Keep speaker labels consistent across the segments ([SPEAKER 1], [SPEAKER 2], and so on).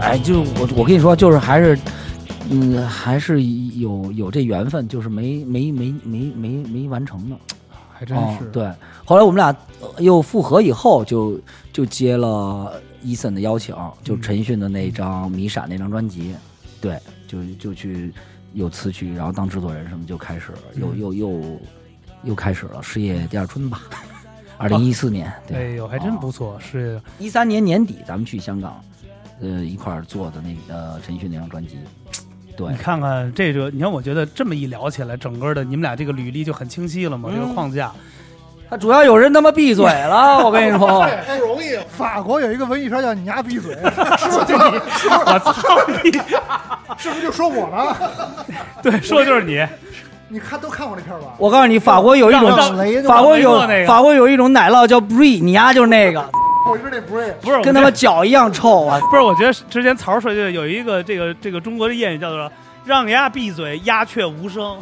[SPEAKER 1] 哎，就我我跟你说，就是还是，嗯，还是有有这缘分，就是没没没没没没完成呢。
[SPEAKER 2] 还真
[SPEAKER 1] 哦
[SPEAKER 2] 是。，
[SPEAKER 1] 对，后来我们俩呃又复合以后就，就接了伊森的邀请，就
[SPEAKER 2] 嗯
[SPEAKER 1] 陈奕迅的那张《迷闪》那张专辑，对，就就去有词曲，然后当制作人什么，就开始又
[SPEAKER 2] 嗯
[SPEAKER 1] 又又又开始了事业第二春 吧。二零一四年，
[SPEAKER 2] 哎
[SPEAKER 1] 对，
[SPEAKER 2] 呦，还真不
[SPEAKER 1] 哦
[SPEAKER 2] 错，是
[SPEAKER 1] 一三年年底咱们去香港，呃，一块儿做的那个呃陈奕迅那张专辑，对
[SPEAKER 2] 你，看看这个，你看，我觉得这么一聊起来，整个的你们俩这个履历就很清晰了嘛，这个框架。
[SPEAKER 1] 他主要有人他妈闭嘴了，我跟你说，
[SPEAKER 3] 不容易，
[SPEAKER 4] 法国有一个文艺圈叫“你丫闭嘴
[SPEAKER 2] 我操 你！”，
[SPEAKER 4] 是不是就说我了？
[SPEAKER 2] 对，说的就是你，
[SPEAKER 4] 你看都看过这片儿吧？
[SPEAKER 1] 我告诉你，法国有一种
[SPEAKER 4] 让雷
[SPEAKER 1] 法国有
[SPEAKER 2] 让雷做那个
[SPEAKER 1] 法国有一种奶酪叫 brie，你丫就是那个，
[SPEAKER 4] 我是那 Brave，
[SPEAKER 2] 不是
[SPEAKER 1] 跟他妈脚一样臭啊！
[SPEAKER 2] 不是，我觉得之前曹说的有一个这个这个中国的谚语叫做“让鸦闭嘴，鸦雀无声” 。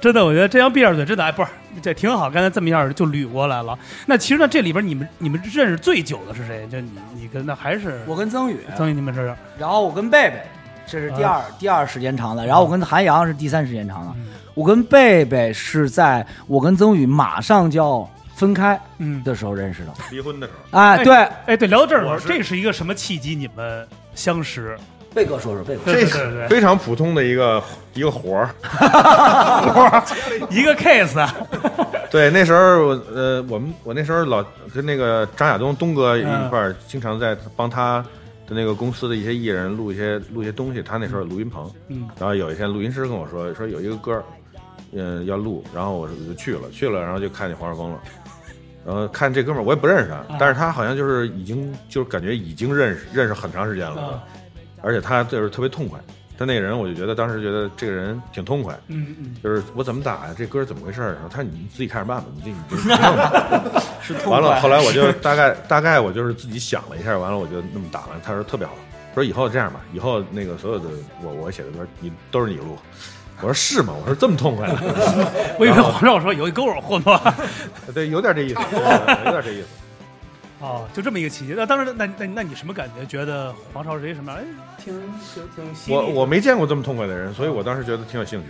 [SPEAKER 2] 真的，我觉得这样闭上嘴真的哎，不是这挺好。刚才这么一下就捋过来了。那其实呢，这里边你们你们认识最久的是谁？就你你跟那还是
[SPEAKER 1] 我跟曾宇，
[SPEAKER 2] 曾宇你们是？
[SPEAKER 1] 然后我跟贝贝，这是第二、第二时间长的，然后我跟韩阳是第三时间长的，我跟贝贝是在我跟曾宇马上就要分开
[SPEAKER 2] 嗯，
[SPEAKER 1] 的时候认识的。
[SPEAKER 3] 离婚的时候，
[SPEAKER 1] 哎，对，
[SPEAKER 2] 哎，对，聊到这儿，
[SPEAKER 3] 我
[SPEAKER 2] 我
[SPEAKER 3] 是
[SPEAKER 2] 这是一个什么契机？你们相识？
[SPEAKER 1] 贝哥说说贝哥，
[SPEAKER 2] 对
[SPEAKER 3] 这
[SPEAKER 2] 对对对，
[SPEAKER 3] 非常普通的一个一个活儿。
[SPEAKER 2] 一个 case 啊。
[SPEAKER 3] 对，那时候我呃，我们我那时候老跟那个张亚东东哥一
[SPEAKER 2] 嗯
[SPEAKER 3] 块儿，经常在帮他的那个公司的一些艺人录一些录一些东西。他那时候有录音棚，
[SPEAKER 2] 嗯，
[SPEAKER 3] 然后有一天录音师跟我说说有一个歌儿，嗯、要录，然后我就去了，去了，然后就看见黄少峰了。然后看这哥们儿，我也不认识
[SPEAKER 2] 嗯
[SPEAKER 3] 他，但是他好像就是已经就是感觉已经认识认识很长时间了，
[SPEAKER 2] 嗯
[SPEAKER 3] 而且他就是特别痛快。他那个人，我就觉得当时觉得这个人挺痛快，
[SPEAKER 2] 嗯嗯，
[SPEAKER 3] 就是我怎么打呀？这歌怎么回事儿？然后他说你自己看着办吧，你这你这你这弄吧。完 了，后来我就大概大概我就是自己想了一下，完了我就那么打完。他说特别好，说以后这样吧，以后那个所有的我我写的歌你都是你录。我说是吗？我说这么痛快呢，
[SPEAKER 2] 我以为黄少说有一跟我混吧。
[SPEAKER 3] 对，有点这意 思，有点这意思。
[SPEAKER 2] 哦，就这么一个契机。那当时，那那那你什么感觉？觉得黄少是一什么样？哎，挺挺挺犀利
[SPEAKER 3] 我
[SPEAKER 2] 的。
[SPEAKER 3] 我没见过这么痛快的人，所以我当时觉得挺有兴趣。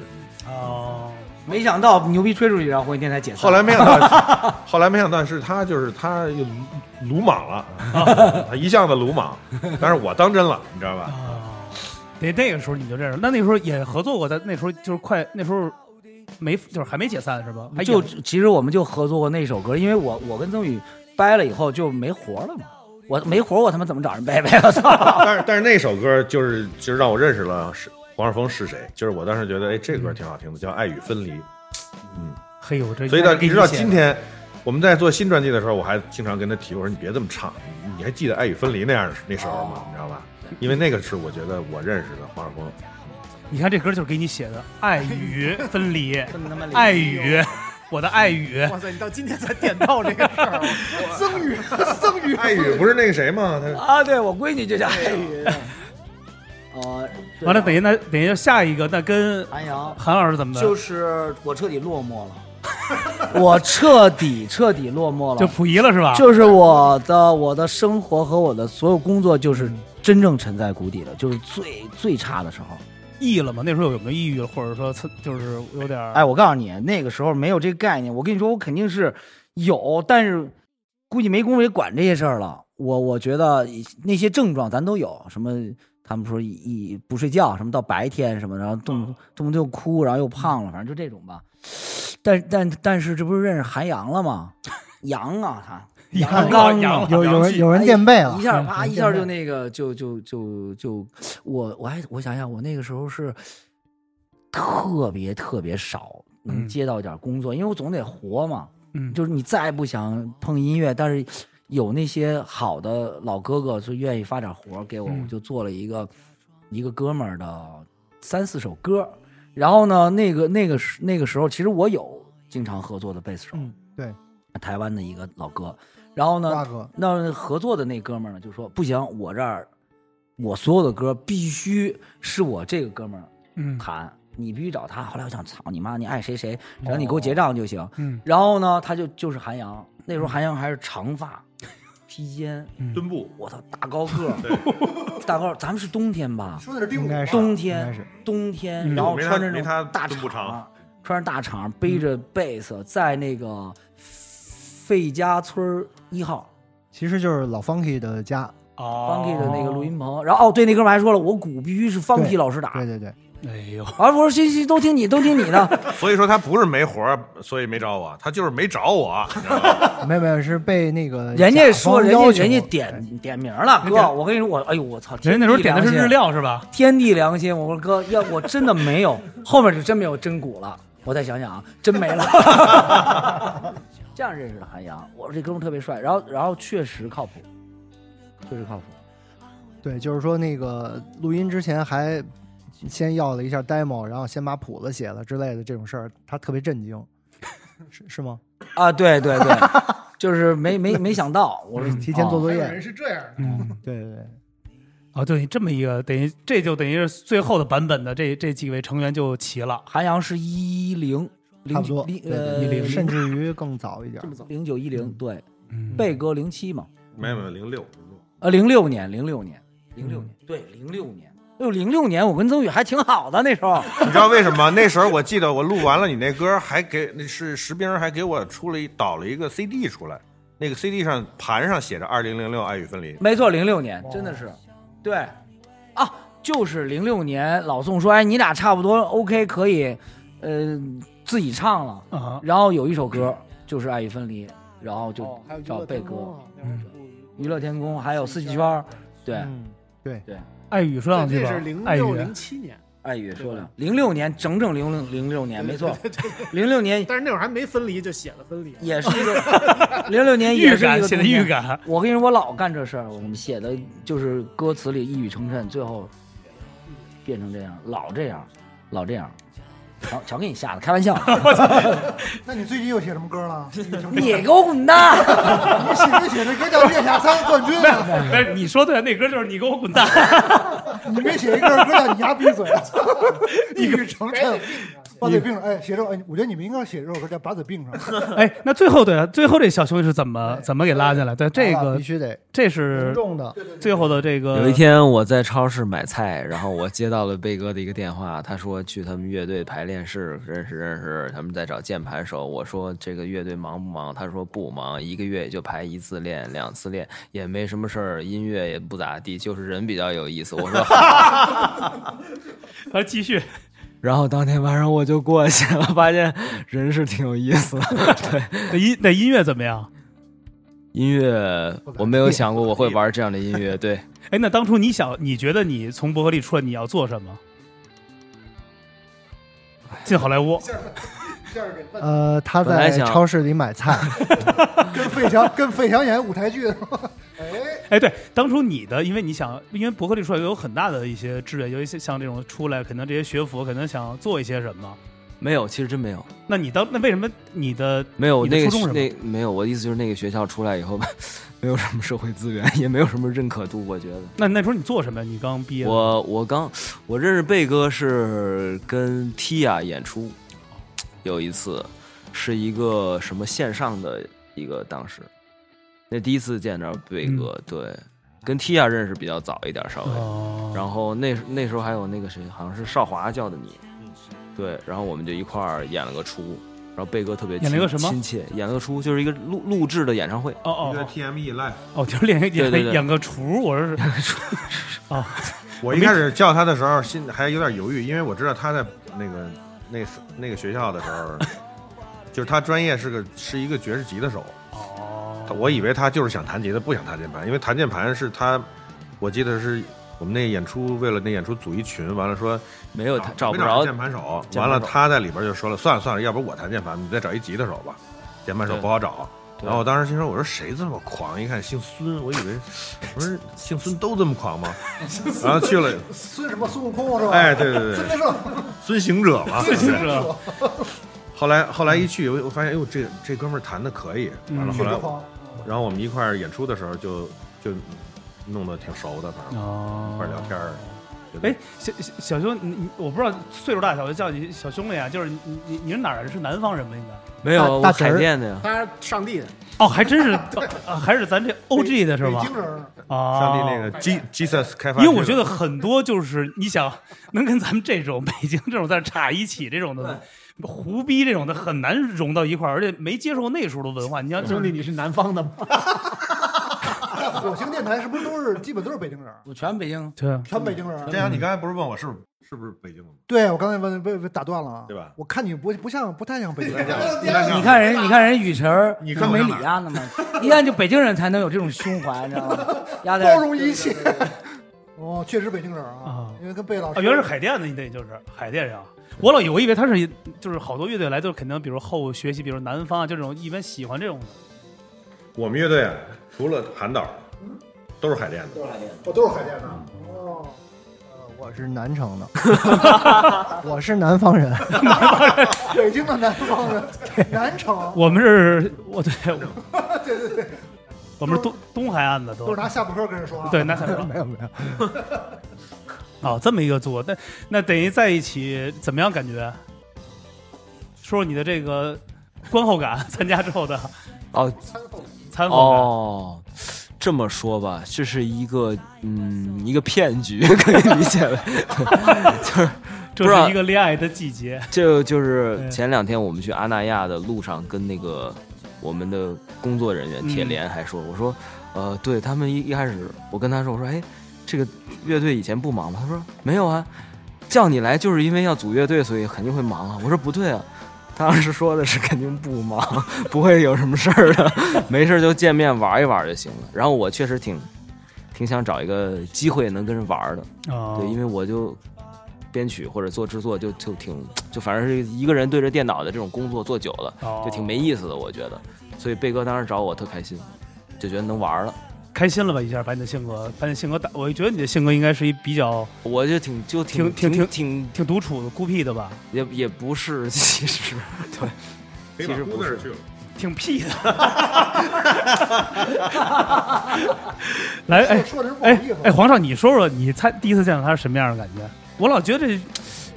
[SPEAKER 2] 哦，
[SPEAKER 1] 没想到牛逼吹出去，然后回电台解散。
[SPEAKER 3] 后来没想 到，后来没想到是他，就是他又鲁莽了， 他一向的鲁莽，但是我当真了，你知道吧？
[SPEAKER 2] 哦，得那个时候你就认识。那那时候也合作过，但那时候就是快那时候没就是还没解散是吧？还
[SPEAKER 1] 就
[SPEAKER 2] 有
[SPEAKER 1] 哎其实我们就合作过那首歌，因为我我跟曾宇掰了以后就没活了嘛，我没活我他妈怎么找人贝贝？我操！
[SPEAKER 3] 但是但是那首歌就是就是让我认识了是黄少峰是谁，就是我当时觉得哎这歌挺好听的，叫《爱与分离》。
[SPEAKER 2] 嘿呦，这
[SPEAKER 3] 所以到
[SPEAKER 2] 应该
[SPEAKER 3] 一
[SPEAKER 2] 是
[SPEAKER 3] 直到
[SPEAKER 2] 给你写
[SPEAKER 3] 今天，我们在做新专辑的时候，我还经常跟他提，我说你别这么唱，你你还记得《爱与分离》那样的那时候吗？你知道吧？因为那个是我觉得我认识的黄少峰。
[SPEAKER 2] 你看这歌就是给你写的， 爱与分 离，
[SPEAKER 1] 他妈
[SPEAKER 2] 爱与我的爱与。
[SPEAKER 4] 哇塞，你到今天才点到这个事儿，啊 僧宇，僧宇，
[SPEAKER 1] 哎
[SPEAKER 3] 爱与不是那个谁吗？他
[SPEAKER 1] 啊！对我闺女就叫哎爱语。 呃，对
[SPEAKER 2] 完了，等嗯于那等于下一个，那跟
[SPEAKER 1] 啊韩阳
[SPEAKER 2] 韩老师怎么的？
[SPEAKER 1] 就是我彻底落寞了， 我彻底彻底落寞
[SPEAKER 2] 就
[SPEAKER 1] 了。
[SPEAKER 2] 溥仪了是吧？
[SPEAKER 1] 就是我的我的生活和我的所有工作，就是真正沉在谷底了，就是最最差的时候。
[SPEAKER 2] 抑了嘛？那时候有没有抑郁了，或者说就是有点儿
[SPEAKER 1] 哎，我告诉你，那个时候没有这个概念。我跟你说，我肯定是有，但是估计没工夫也管这些事儿了。我我觉得那些症状咱都有，什么他们说一一不睡觉，什么到白天什么，然后动动不动就哭，然后又胖了，反正就这种吧。但但但是这不是认识韩阳了吗？ 阳啊，他
[SPEAKER 2] 阳
[SPEAKER 1] 阳
[SPEAKER 2] 光
[SPEAKER 1] 刚啊
[SPEAKER 2] 阳。
[SPEAKER 4] 有有人有人垫背了
[SPEAKER 1] 哎一，下
[SPEAKER 2] 嗯
[SPEAKER 1] 啪，
[SPEAKER 4] 嗯
[SPEAKER 1] 一下
[SPEAKER 4] 对
[SPEAKER 1] 就那个，就就就就，我我还我想想，我那个时候是特别特别少能
[SPEAKER 2] 嗯
[SPEAKER 1] 接到一点工作，因为我总得活嘛。
[SPEAKER 2] 嗯，
[SPEAKER 1] 就是你再不想碰音乐，但是有那些好的老哥哥就愿意发点活儿给我，
[SPEAKER 2] 嗯
[SPEAKER 1] 我就做了一个一个哥们儿的三四首歌。然后呢，那个那个时那个时候，其实我有经常合作的贝斯手，
[SPEAKER 2] 嗯
[SPEAKER 4] 对，
[SPEAKER 1] 台湾的一个老哥。然后呢，
[SPEAKER 4] 瓜哥，
[SPEAKER 1] 那合作的那哥们儿呢，就说不行，我这儿我所有的歌必须是我这个哥们儿
[SPEAKER 2] 嗯
[SPEAKER 1] 弹，你必须找他。后来我想，操你妈，你爱谁谁，只要你给我结账就行。
[SPEAKER 2] 嗯
[SPEAKER 1] 然后呢，他就就是韩阳，那时候韩阳还是长发，披肩，
[SPEAKER 3] 墩布，
[SPEAKER 1] 我操，大高个儿，大高，咱们是冬天吧？
[SPEAKER 4] 说的是丁
[SPEAKER 5] 应该
[SPEAKER 4] 武，
[SPEAKER 5] 是
[SPEAKER 1] 冬
[SPEAKER 5] 应该
[SPEAKER 1] 天
[SPEAKER 5] 是，
[SPEAKER 1] 冬
[SPEAKER 2] 嗯
[SPEAKER 1] 天，然后
[SPEAKER 3] 没
[SPEAKER 1] 穿
[SPEAKER 3] 他
[SPEAKER 1] 着那
[SPEAKER 3] 没
[SPEAKER 1] 种
[SPEAKER 3] 他
[SPEAKER 1] 大
[SPEAKER 3] 都不
[SPEAKER 1] 敞
[SPEAKER 3] 长，
[SPEAKER 1] 穿着大敞，背着贝斯，在那个费家村儿一号
[SPEAKER 5] 其实就是老 Funky 的家，
[SPEAKER 2] 哦
[SPEAKER 1] Funky 的那个录音棚。然后哦，对，那哥们儿还说了，我鼓必须是 Funky
[SPEAKER 5] 对
[SPEAKER 1] 老师打。
[SPEAKER 5] 对对对，
[SPEAKER 2] 哎呦，
[SPEAKER 1] 啊，我说行行，都听你，都听你 的。
[SPEAKER 3] 所以说他不是没活儿，所以没找我，他就是没找我，你知道 吗？
[SPEAKER 5] 没有没有是被那个
[SPEAKER 1] 人家
[SPEAKER 5] 甲方
[SPEAKER 1] 说，人
[SPEAKER 5] 要
[SPEAKER 1] 家
[SPEAKER 5] 求
[SPEAKER 1] 人家点点名了，
[SPEAKER 2] 人
[SPEAKER 1] 哥
[SPEAKER 2] 家，
[SPEAKER 1] 我跟你说，我哎呦，我操！
[SPEAKER 2] 人家那时候点的是日，料是吧？
[SPEAKER 1] 天地良心。我说哥，要我真的没 有，后面就真没有真鼓了。我再想想啊，真没 了。这样认识的韩阳，我说这哥们儿特别帅，然后然后确实靠谱，确实靠谱。
[SPEAKER 5] 对，就是说那个录音之前还先要了一下 demo，然后先把谱子写了之类的这种事儿，他特别震惊，是是吗？
[SPEAKER 1] 啊，对对对，就是没没没想到，我说
[SPEAKER 5] 提前做
[SPEAKER 1] 哦
[SPEAKER 5] 作
[SPEAKER 4] 还有
[SPEAKER 5] 业，
[SPEAKER 4] 人是这样的。
[SPEAKER 2] 嗯，
[SPEAKER 5] 对对对，
[SPEAKER 2] 哦，对，这么一个等于这就等于是最后的版本的这这几位成员就齐了。
[SPEAKER 1] 韩阳是一零零
[SPEAKER 5] 差不多，
[SPEAKER 1] 零
[SPEAKER 5] 对
[SPEAKER 1] 呃
[SPEAKER 5] 对
[SPEAKER 2] 10
[SPEAKER 5] 甚至于更早一点儿，
[SPEAKER 1] 零九一零对，
[SPEAKER 2] 嗯
[SPEAKER 1] 贝哥零七嘛，
[SPEAKER 3] 没有没有，零六零六。
[SPEAKER 1] 呃零六年零六年零六年对零六年，哎呦零六年我跟曾宇还挺好的那时 候，
[SPEAKER 3] 你知道为什么？那时候我记得我录完了你那歌，还给那是石兵还给我出了一导了一个 CD 出来，那个 CD 上盘上写着“二零零六爱与分离
[SPEAKER 1] 没错零六年真的是，对，啊就是零六年老宋说哎你俩差不多 OK 可以，呃自己唱了，
[SPEAKER 2] 啊，
[SPEAKER 1] 然后有一首歌就是《爱与分离》，然后就
[SPEAKER 4] 哦还有娱
[SPEAKER 1] 找
[SPEAKER 4] 乐
[SPEAKER 1] 贝
[SPEAKER 4] 天
[SPEAKER 1] 哥。
[SPEAKER 4] 宫啊，
[SPEAKER 1] 娱乐天宫，还有四季圈儿，对，
[SPEAKER 5] 嗯，对，
[SPEAKER 2] 爱语说两句
[SPEAKER 4] 这
[SPEAKER 2] 吧
[SPEAKER 4] 是零，
[SPEAKER 2] 爱
[SPEAKER 4] 六
[SPEAKER 2] 语
[SPEAKER 4] 零七年，
[SPEAKER 1] 爱语哎说了，零六年整整零零零六年，没错，
[SPEAKER 4] 对。对对对
[SPEAKER 1] 零六年
[SPEAKER 4] 但是那会儿还没分离，就写了分离。
[SPEAKER 1] 也是一个，零六年也
[SPEAKER 2] 预
[SPEAKER 1] 是一
[SPEAKER 2] 感
[SPEAKER 1] 个
[SPEAKER 2] 写的
[SPEAKER 1] 冬天
[SPEAKER 2] 预。感，
[SPEAKER 1] 我跟你说，我老干这事儿，我们写的就是歌词里一语成谶，最后变成这样，老这样，老这样。瞧瞧，给你吓的，开玩笑，
[SPEAKER 6] 那你最近又写什么歌 了？你
[SPEAKER 1] 你给我滚蛋！
[SPEAKER 6] 写没写的歌叫《月下三冠军》啊？
[SPEAKER 2] 不是你说对，那歌就是你给我滚蛋，
[SPEAKER 6] 你没写一个歌叫“你丫闭嘴”，啊一语成谶，把嘴并上。哎，写这首，哎，我觉得你们应该写这首歌叫《把嘴并上》。
[SPEAKER 2] 哎，那最后对，最后这小兄弟是怎么怎么给拉进来？对，这
[SPEAKER 5] 啊
[SPEAKER 2] 个
[SPEAKER 5] 必须得
[SPEAKER 2] 这
[SPEAKER 5] 尊
[SPEAKER 2] 是
[SPEAKER 5] 重的，
[SPEAKER 2] 最后的这个。
[SPEAKER 7] 有一天我在超市买菜，然后我接到了贝哥的一个电话，他说去他们乐队排练室认识认识，他们在找键盘手。我说这个乐队忙不忙？他说不忙，一个月也就排一次练、两次练，也没什么事儿，音乐也不咋地，就是人比较有意思。我说好，
[SPEAKER 2] 来呃继续，
[SPEAKER 7] 然后当天晚上我就过去了，发现人是挺有意思的。对，
[SPEAKER 2] 那音那音乐怎么样？
[SPEAKER 7] 音乐我没有想过我会玩这样的音乐，对。
[SPEAKER 2] 哎，那当初你想，你觉得你从伯克利出来，你要做什么？进好莱坞，
[SPEAKER 6] 啊
[SPEAKER 5] 呃，他
[SPEAKER 7] 本来
[SPEAKER 5] 在
[SPEAKER 7] 想
[SPEAKER 5] 超市里买菜，
[SPEAKER 6] 跟费翔跟费翔演舞台剧的时候，哎，
[SPEAKER 2] 哎，对，当初你的，因为你想，因为伯克利出来有很大的一些志愿，有一些像这种出来，可能这些学府可能想做一些什么。
[SPEAKER 7] 没有，其实真没有，
[SPEAKER 2] 那你当那为什么你的
[SPEAKER 7] 没有
[SPEAKER 2] 你的
[SPEAKER 7] 那
[SPEAKER 2] 初
[SPEAKER 7] 个
[SPEAKER 2] 衷
[SPEAKER 7] 学
[SPEAKER 2] 是
[SPEAKER 7] 那没有，我的意思就是那个学校出来以后，没有什么社会资源，也没有什么认可度，我觉得。
[SPEAKER 2] 那那时候你做什么？你刚毕业，
[SPEAKER 7] 我我刚我认识贝哥是跟 Tia 演出，有一次是一个什么线上的一个，当时那第一次见着贝哥，对，跟 Tia 认识比较早一点，稍微。
[SPEAKER 2] 嗯哦，
[SPEAKER 7] 然后那那时候还有那个谁，好像是少华叫的你，对，然后我们就一块儿演了个出，然后贝哥特别
[SPEAKER 2] 演了
[SPEAKER 7] 亲
[SPEAKER 2] 个什么
[SPEAKER 7] 亲切，演了个出，就是一个录录制的演唱会，
[SPEAKER 2] 哦”哦
[SPEAKER 3] TME Live。
[SPEAKER 2] 哦，哦就是演
[SPEAKER 7] 对对
[SPEAKER 2] 演
[SPEAKER 7] 对
[SPEAKER 2] 演个厨，我是
[SPEAKER 3] 我一开始叫他的时候，心还有点犹豫，因为我知道他在那个那那个学校的时候，就是他专业是个是一个爵士吉他手，
[SPEAKER 2] 哦，
[SPEAKER 3] 我以为他就是想弹吉他，不想弹键盘，因为弹键盘是他，我记得是我们那演出为了那演出组一群，完了说
[SPEAKER 7] 没呃有他找
[SPEAKER 3] 啊没
[SPEAKER 7] 不
[SPEAKER 3] 着
[SPEAKER 7] 着
[SPEAKER 3] 键盘手，
[SPEAKER 7] 键盘手
[SPEAKER 3] 完了他在里边就说了，算了算了，要不我弹键盘，你再找一吉他手吧，键盘手
[SPEAKER 7] 对
[SPEAKER 3] 不好找。
[SPEAKER 7] 对
[SPEAKER 3] 然后我当时心说，我说谁这么狂？一看姓孙，我以为我说姓孙都这么狂吗？然后去了，
[SPEAKER 6] 孙什么孙悟空啊是吧？
[SPEAKER 3] 哎，对对
[SPEAKER 6] 孙
[SPEAKER 3] 对，
[SPEAKER 6] 天胜，
[SPEAKER 3] 孙行者嘛，
[SPEAKER 2] 自行车，
[SPEAKER 3] 后来后来一去，我我发现，哟，这这哥们儿弹的可以。完了后
[SPEAKER 6] 雪
[SPEAKER 3] 来
[SPEAKER 6] 之，狂，
[SPEAKER 3] 然后我们一块儿演出的时候就就弄得挺熟的，反正一
[SPEAKER 2] 哦，
[SPEAKER 3] 块儿聊天儿。绝对
[SPEAKER 2] 哎，小小小兄，你你我不知道岁数大小，就叫你小兄弟啊。就是你你你你是哪儿人？是南方人吗？应该？
[SPEAKER 7] 没有，
[SPEAKER 5] 大
[SPEAKER 7] 我
[SPEAKER 5] 大侄儿
[SPEAKER 7] 海淀的呀。
[SPEAKER 4] 他上帝的，
[SPEAKER 2] 哦，还真是， 啊还是咱这 O G 的是
[SPEAKER 6] 北
[SPEAKER 2] 吧？
[SPEAKER 6] 京人，
[SPEAKER 2] 啊，
[SPEAKER 3] 上帝那个 G Jesus 开发
[SPEAKER 2] 因
[SPEAKER 3] 区
[SPEAKER 2] 为
[SPEAKER 3] 的，
[SPEAKER 2] 我觉得很多就是你想能跟咱们这种北京这种在插一起这种的胡逼这种的很难融到一块儿，而且没接受过那时候的文化。你像
[SPEAKER 4] 兄弟，你是南方的吗？
[SPEAKER 6] 火星电台是不是都是基本都是北京人？
[SPEAKER 1] 我全北京，
[SPEAKER 2] 对，啊
[SPEAKER 6] 全北京人。
[SPEAKER 3] 真阳，你刚才不是问我是不是是不是北京的吗？
[SPEAKER 6] 对，我刚才问被被打断了啊，
[SPEAKER 3] 对吧
[SPEAKER 6] 我看你不不像，不太像北京人。
[SPEAKER 1] 你看人，你看人雨辰儿，
[SPEAKER 3] 你
[SPEAKER 1] 跟
[SPEAKER 3] 看
[SPEAKER 1] 没
[SPEAKER 3] 我
[SPEAKER 1] 理啊
[SPEAKER 3] 干
[SPEAKER 1] 丫的
[SPEAKER 3] 嘛
[SPEAKER 1] 吗？一按就北京人才能有这种胸怀，你知道吗？ 丫的
[SPEAKER 6] 包容一切。哦，确实北京人啊
[SPEAKER 2] 啊，
[SPEAKER 6] 因为跟贝老
[SPEAKER 2] 啊，
[SPEAKER 6] 师
[SPEAKER 2] 原来是海淀的，你得就是海淀人啊。我老以为以为他是就是好多乐队来都是肯定，比如后学习，比如南方啊，就这种一般喜欢这种的。
[SPEAKER 3] 我们乐队啊，除了韩导，都是海淀的。
[SPEAKER 6] 我都是海淀的。哦，
[SPEAKER 5] 我是南城的，我是南方人，
[SPEAKER 6] 北京的南 方人，南城
[SPEAKER 2] 我们是，我对，我对对对，我们是东东海岸的
[SPEAKER 6] 都
[SPEAKER 2] 都
[SPEAKER 6] 是。拿下巴颏跟人说话。
[SPEAKER 2] 对，那才说
[SPEAKER 5] 没有没有，
[SPEAKER 2] 哦，这么一个组，那那等于在一起怎么样感觉？啊说说你的这个观后感，参加之后的
[SPEAKER 7] 哦
[SPEAKER 2] 参后感。
[SPEAKER 7] 哦，这么说吧，这是一个嗯一个骗局， 可以理解为，就是
[SPEAKER 2] 这
[SPEAKER 7] 不知道
[SPEAKER 2] 是一个恋爱的季节，
[SPEAKER 7] 就就是
[SPEAKER 2] 对
[SPEAKER 7] 前两天我们去阿那亚的路上，跟那个我们的工作人员
[SPEAKER 2] 嗯
[SPEAKER 7] 铁莲还说，我说，呃，对他们一一开始，我跟他说，我说，哎，这个乐队以前不忙吗？他说没有啊，叫你来就是因为要组乐队，所以肯定会忙啊。我说不对啊。他当时说的是肯定不忙， 不会有什么事儿的，没事儿就见面玩一玩就行了。然后我确实挺，挺想找一个机会能跟人玩儿的，
[SPEAKER 2] 哦
[SPEAKER 7] 对，因为我就编曲或者做制作就就挺就反正是一个人对着电脑的这种工作做久了，
[SPEAKER 2] 哦
[SPEAKER 7] 就挺没意思的，我觉得。所以贝哥当时找我特开心，就觉得能玩了，
[SPEAKER 2] 开心了吧？一下把你的性格，把你的性格打，我觉得你的性格应该是一比较
[SPEAKER 7] 我就挺就
[SPEAKER 2] 挺
[SPEAKER 7] 挺
[SPEAKER 2] 挺
[SPEAKER 7] 挺
[SPEAKER 2] 挺独处的、孤僻的吧，
[SPEAKER 7] 也也不是， 其实对，
[SPEAKER 3] 黑
[SPEAKER 7] 其
[SPEAKER 3] 马
[SPEAKER 7] 实不
[SPEAKER 3] 姑那儿
[SPEAKER 7] 是
[SPEAKER 3] 去了，
[SPEAKER 2] 挺屁的。 来，哎，
[SPEAKER 6] 说的人不好
[SPEAKER 2] 哎
[SPEAKER 6] 意思。
[SPEAKER 2] 哎，皇上，你说说你参第一次见到他是什么样的感觉？我老觉得这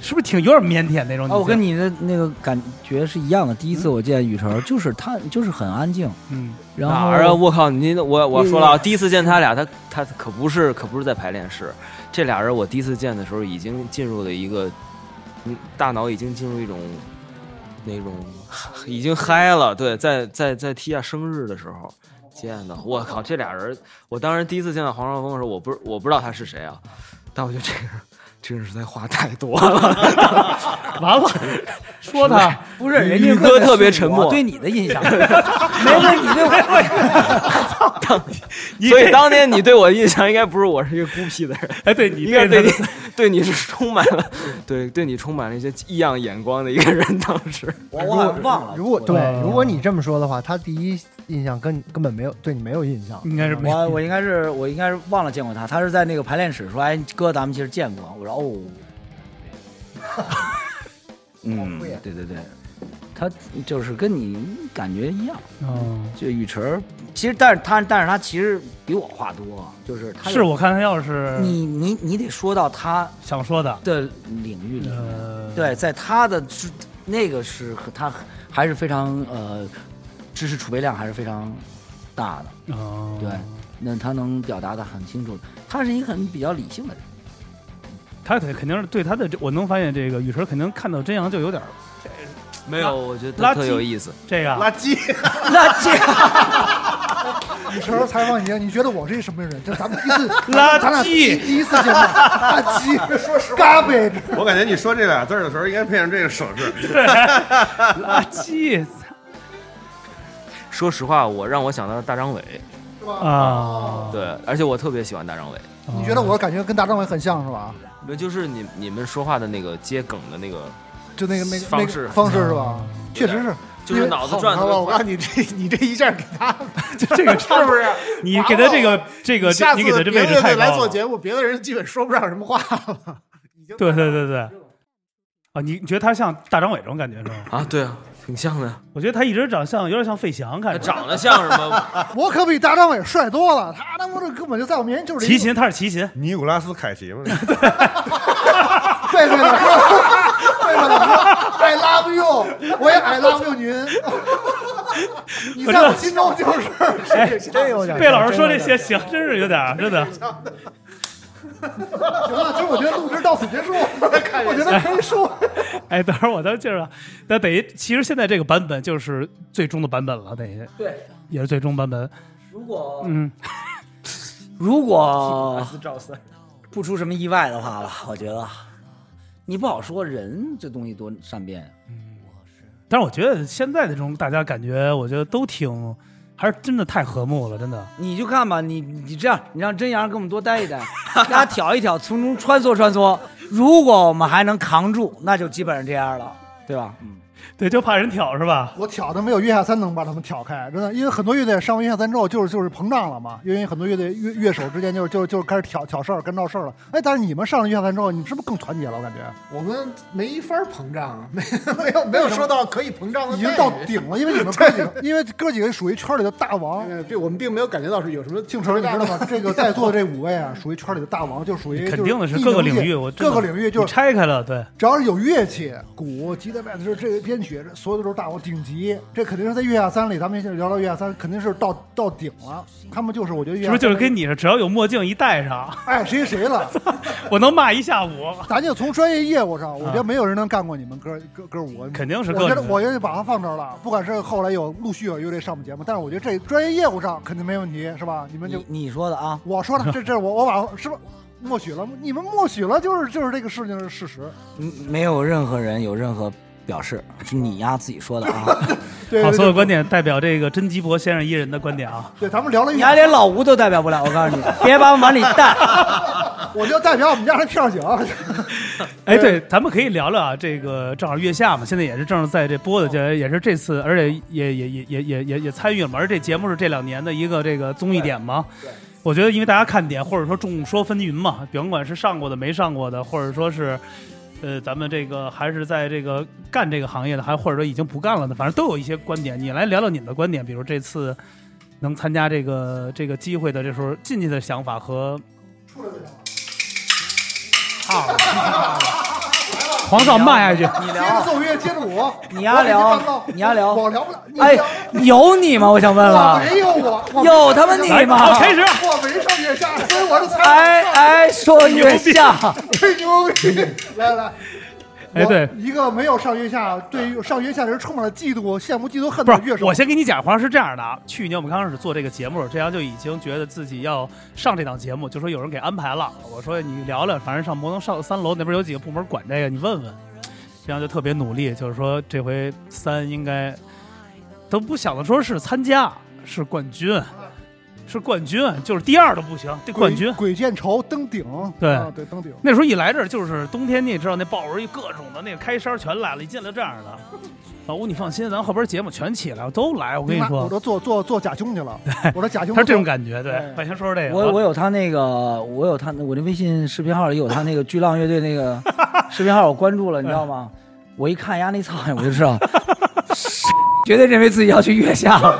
[SPEAKER 2] 是不是挺有点腼腆那种？
[SPEAKER 1] 啊，我跟
[SPEAKER 2] 你
[SPEAKER 1] 你的那个感觉是一样的。第一次我见雨辰儿，就是他就是很安静，
[SPEAKER 2] 嗯，
[SPEAKER 1] 然
[SPEAKER 7] 哪儿啊？
[SPEAKER 1] 后
[SPEAKER 7] 我靠，你我我
[SPEAKER 1] 嗯
[SPEAKER 7] 说了啊，第一次见他俩，他他可不是可不是在排练室，这俩人我第一次见的时候已经进入了一个，嗯，大脑已经进入一种那种已经嗨了，对，在在在提亚生日的时候见的，我靠，这俩人，我当时第一次见到黄少峰的时候，我不是我不知道他是谁啊，但我觉得这个人这个人实在话太多了，
[SPEAKER 2] 完了，说他。
[SPEAKER 1] 不是人家
[SPEAKER 7] 宇哥
[SPEAKER 1] 问的
[SPEAKER 7] 特别
[SPEAKER 1] 是
[SPEAKER 7] 沉
[SPEAKER 1] 我
[SPEAKER 7] 默
[SPEAKER 1] 对你的 印象没问你对我，
[SPEAKER 2] 你
[SPEAKER 7] 所以当年你对我的印象应该不是我是一个孤僻的人。
[SPEAKER 2] 哎，对你
[SPEAKER 7] 一个对
[SPEAKER 2] 对
[SPEAKER 7] 你 对你是充满了对对你充满了一些异样眼光的一个人，当时
[SPEAKER 1] 我我好像忘了。
[SPEAKER 5] 如果
[SPEAKER 2] 哦
[SPEAKER 5] 对，如果你这么说的话，他第一印象跟根本没有对你没有印象。
[SPEAKER 2] 应该是没
[SPEAKER 1] 我我应该是我应该是忘了见过他，他是在那个排练室说：“哎哥，咱们其实见过。”我说：“哦。” 嗯，对对对，他就是跟你感觉一样。
[SPEAKER 2] 嗯，
[SPEAKER 1] 就雨辰儿，其实但是他但是他其实比我话多，就是他有
[SPEAKER 2] 是我看他要是
[SPEAKER 1] 你你你得说到他
[SPEAKER 2] 想说的，
[SPEAKER 1] 的领域
[SPEAKER 7] 嗯
[SPEAKER 1] 里，
[SPEAKER 2] 呃，
[SPEAKER 1] 对，在他的知那个是和他还是非常呃知识储备量还是非常大的，
[SPEAKER 2] 哦，
[SPEAKER 1] 对，那他能表达的很清楚，他是一个很比较理性的人，
[SPEAKER 2] 他肯定是对他的这，我能发现这个雨辰肯定看到真阳就有点儿
[SPEAKER 7] 没
[SPEAKER 2] 有
[SPEAKER 7] 我觉
[SPEAKER 2] 垃圾
[SPEAKER 7] 特有意思。
[SPEAKER 2] 这个
[SPEAKER 4] 垃圾，
[SPEAKER 1] 那这样
[SPEAKER 6] 你成采访你，你觉得我是一什么人？这咱们第 一次，
[SPEAKER 2] 垃圾
[SPEAKER 6] 咱俩第第一次 见面，垃圾，说实话，嘎嘣，
[SPEAKER 3] 我感觉你说这俩字儿的时候，应该配上这个手势。
[SPEAKER 2] 垃圾
[SPEAKER 7] 说实话，我让我想到了大张伟，
[SPEAKER 2] 啊，
[SPEAKER 7] 对，而且我特别喜欢大张伟，
[SPEAKER 6] 你觉得我感觉跟大张伟很像是吧？
[SPEAKER 7] 没有就是你你们说话的那个接梗的那个，
[SPEAKER 6] 就那个那个
[SPEAKER 7] 方
[SPEAKER 6] 那个
[SPEAKER 7] 式
[SPEAKER 6] 方式是吧？
[SPEAKER 2] 嗯
[SPEAKER 6] 确实是，
[SPEAKER 7] 就是脑子转
[SPEAKER 4] 好吧
[SPEAKER 7] 的
[SPEAKER 4] 我告诉你，这你这一下给他，
[SPEAKER 2] 就这个是不是？你给他这个这个，
[SPEAKER 4] 哦下次
[SPEAKER 2] 你给他这
[SPEAKER 4] 别
[SPEAKER 2] 位置
[SPEAKER 4] 的
[SPEAKER 2] 太
[SPEAKER 4] 人
[SPEAKER 2] 高
[SPEAKER 4] 来做
[SPEAKER 2] 了。
[SPEAKER 4] 节目，别的人基本说不上什么话了。
[SPEAKER 2] 哦对对对对，啊，你你觉得他像大张伟这种感觉是吗？
[SPEAKER 7] 啊，对啊，挺 像的，
[SPEAKER 2] 我觉得他一直长相有点像费翔，看
[SPEAKER 7] 他
[SPEAKER 2] 着
[SPEAKER 7] 长得像什么？
[SPEAKER 6] 我可比大张伟帅多了，他他妈的根本就在我面前就是一
[SPEAKER 2] 齐秦，他是齐
[SPEAKER 4] 哎
[SPEAKER 2] 秦，
[SPEAKER 3] 尼古拉斯凯奇嘛，
[SPEAKER 6] 对对对，对对对，I love you，我也 I love you 您。你在我心中就是
[SPEAKER 5] 哎真有点像。
[SPEAKER 2] 被老师说
[SPEAKER 5] 真
[SPEAKER 2] 这
[SPEAKER 5] 有点
[SPEAKER 2] 些行，真是有点儿真的。
[SPEAKER 4] 哎
[SPEAKER 6] 行了，其实我觉得录制到此结束，我觉得可以 说。
[SPEAKER 2] 哎，等会儿我再介绍。那等于其实现在这个版本就是最终的版本了，等于
[SPEAKER 1] 对，
[SPEAKER 2] 也是最终版本。
[SPEAKER 1] 如果
[SPEAKER 2] 嗯，
[SPEAKER 1] 如果不出什么意外的话吧，我觉得你不好说，人这东西多善变。
[SPEAKER 2] 但是我觉得现在的这种大家感觉，我觉得都挺，还是真的太和睦了，真的。
[SPEAKER 1] 你就看吧，你你这样，你让真阳跟我们多待一 待，大家挑一挑，从中穿梭穿梭。如果我们还能扛住，那就基本上这样了，对吧？嗯，
[SPEAKER 2] 对，就怕人挑是吧？
[SPEAKER 6] 我挑的没有月下三能把他们挑开，真的，因为很多乐队上完月下三之后就是就是膨胀了嘛，因为很多乐队乐乐手之间就是就是就是开始挑挑事儿、干闹事儿了。哎，但是你们上了月下三之后，你们是不是更团结了？我感觉
[SPEAKER 4] 我们没法膨胀啊，没没有没有说到可以膨胀的
[SPEAKER 6] 已经到
[SPEAKER 4] 待遇。
[SPEAKER 6] 顶了，因为 你们哥几个，因为哥几个属于圈里的大王。
[SPEAKER 4] 呃，并我们并没有感觉到是有什么
[SPEAKER 6] 庆成，你知道吗？这个在座的这五位啊，属于圈里的大王，就属于
[SPEAKER 2] 肯定的
[SPEAKER 6] 就是是
[SPEAKER 2] 各个领
[SPEAKER 6] 艺能
[SPEAKER 2] 域，
[SPEAKER 6] 界
[SPEAKER 2] 我知道
[SPEAKER 6] 各个领域就
[SPEAKER 2] 你
[SPEAKER 6] 是啊
[SPEAKER 2] 拆开了，对，
[SPEAKER 6] 只要是有乐器，鼓、吉他、贝斯，这个编曲，这所有的都是大王顶级。这肯定是在月下三里，咱们现在聊到月下三，肯定是到到顶了。他们就是我觉得月
[SPEAKER 2] 是
[SPEAKER 6] 下
[SPEAKER 2] 不
[SPEAKER 6] 三
[SPEAKER 2] 是就是跟你似的，只要有墨镜一戴上，
[SPEAKER 6] 爱谁谁了？
[SPEAKER 2] 我能骂一下午。
[SPEAKER 6] 咱就从专业业务上，我
[SPEAKER 2] 啊
[SPEAKER 6] 觉得没有人能干过你们哥哥哥五。
[SPEAKER 2] 肯定是
[SPEAKER 6] 我
[SPEAKER 2] 各
[SPEAKER 6] 觉得
[SPEAKER 2] 种
[SPEAKER 6] 我觉得把它放这儿了，不管是后来有陆续有乐队上我们节目，但是我觉得这专业业务上肯定没问题，是吧？你们就
[SPEAKER 1] 你你说的啊，
[SPEAKER 6] 我说 的，这这我我把是不是默许了？你们默许了，就是就是这个事情是事实。
[SPEAKER 1] 嗯没有任何人有任何表示，是你呀自己说的 啊。
[SPEAKER 6] 对
[SPEAKER 2] 好，
[SPEAKER 6] 对
[SPEAKER 2] 所有
[SPEAKER 6] 对
[SPEAKER 2] 观点代表这个甄基伯先生一人的观点啊。
[SPEAKER 6] 对，咱们聊了一
[SPEAKER 1] 你还连老吴都代表不了，我告诉你，别把我往里带。
[SPEAKER 6] 我就代表我们家的票警，
[SPEAKER 2] 哎，对，咱们可以聊聊啊，这个正好月下嘛，现在也是正是在这播的，
[SPEAKER 6] 哦
[SPEAKER 2] 这也是这次，而且也也也也也也也参与了嘛，而这节目是这两年的一个这个综艺点嘛。我觉得，因为大家看点，或者说众说纷纭嘛，甭管是上过的、没上过的，或者说是，呃，咱们这个还是在这个干这个行业的，还或者说已经不干了的，反正都有一些观点。你来聊聊你的观点，比如这次能参加这个这个机会的，这时候进去的想法和皇上骂下去。
[SPEAKER 1] 你啊
[SPEAKER 6] 接着奏乐，接着舞，
[SPEAKER 1] 你丫聊
[SPEAKER 6] 我已经看到
[SPEAKER 1] 你丫聊
[SPEAKER 6] 我聊不了。你
[SPEAKER 1] 哎
[SPEAKER 6] 聊，
[SPEAKER 1] 有你吗？我想问
[SPEAKER 6] 我
[SPEAKER 1] 了。
[SPEAKER 6] 没有我，我没
[SPEAKER 1] 有他妈你
[SPEAKER 2] 来，
[SPEAKER 1] 吗
[SPEAKER 2] 好，？开始。
[SPEAKER 6] 我没上月下，所以我是
[SPEAKER 1] 哎
[SPEAKER 6] 才
[SPEAKER 1] 哎，说月下，
[SPEAKER 6] 吹牛逼。 来来，
[SPEAKER 2] 哎，对，，
[SPEAKER 6] 一个没有上月下，对于上月下的人充满了嫉妒、羡慕、嫉妒、恨
[SPEAKER 2] 不
[SPEAKER 6] 的
[SPEAKER 2] 是
[SPEAKER 6] 乐，手。
[SPEAKER 2] 我先给你讲，黄是这样的啊，去年我们刚开始做这个节目，这样就已经觉得自己要上这档节目，就说有人给安排了。我说你聊聊，反正上摩登上三楼那边有几个部门管这个，你问问。这样就特别努力，就是说这回三应该都不想着说是参加，是冠军，是冠军，就是第二都不行，这冠军。
[SPEAKER 6] 鬼见愁登顶，
[SPEAKER 2] 对
[SPEAKER 6] 啊对登顶。
[SPEAKER 2] 那时候一来这儿就是冬天，你也知道那豹纹各种的那个开衫全来了，一进来这样的。老吴，你放心，咱后边节目全起来了，都来。我跟你
[SPEAKER 6] 妈
[SPEAKER 2] 说，
[SPEAKER 6] 我都做做做假胸去了，我说假胸，
[SPEAKER 2] 他是这种感觉，对
[SPEAKER 6] 哎。
[SPEAKER 2] 我先说说这个，啊
[SPEAKER 1] 我我有他那个，我有他，我那微信视频号里有他那个巨浪乐队那个视频号，我关注了，你知道吗？我一看丫那操样，我就知道，绝对认为自己要去月下了。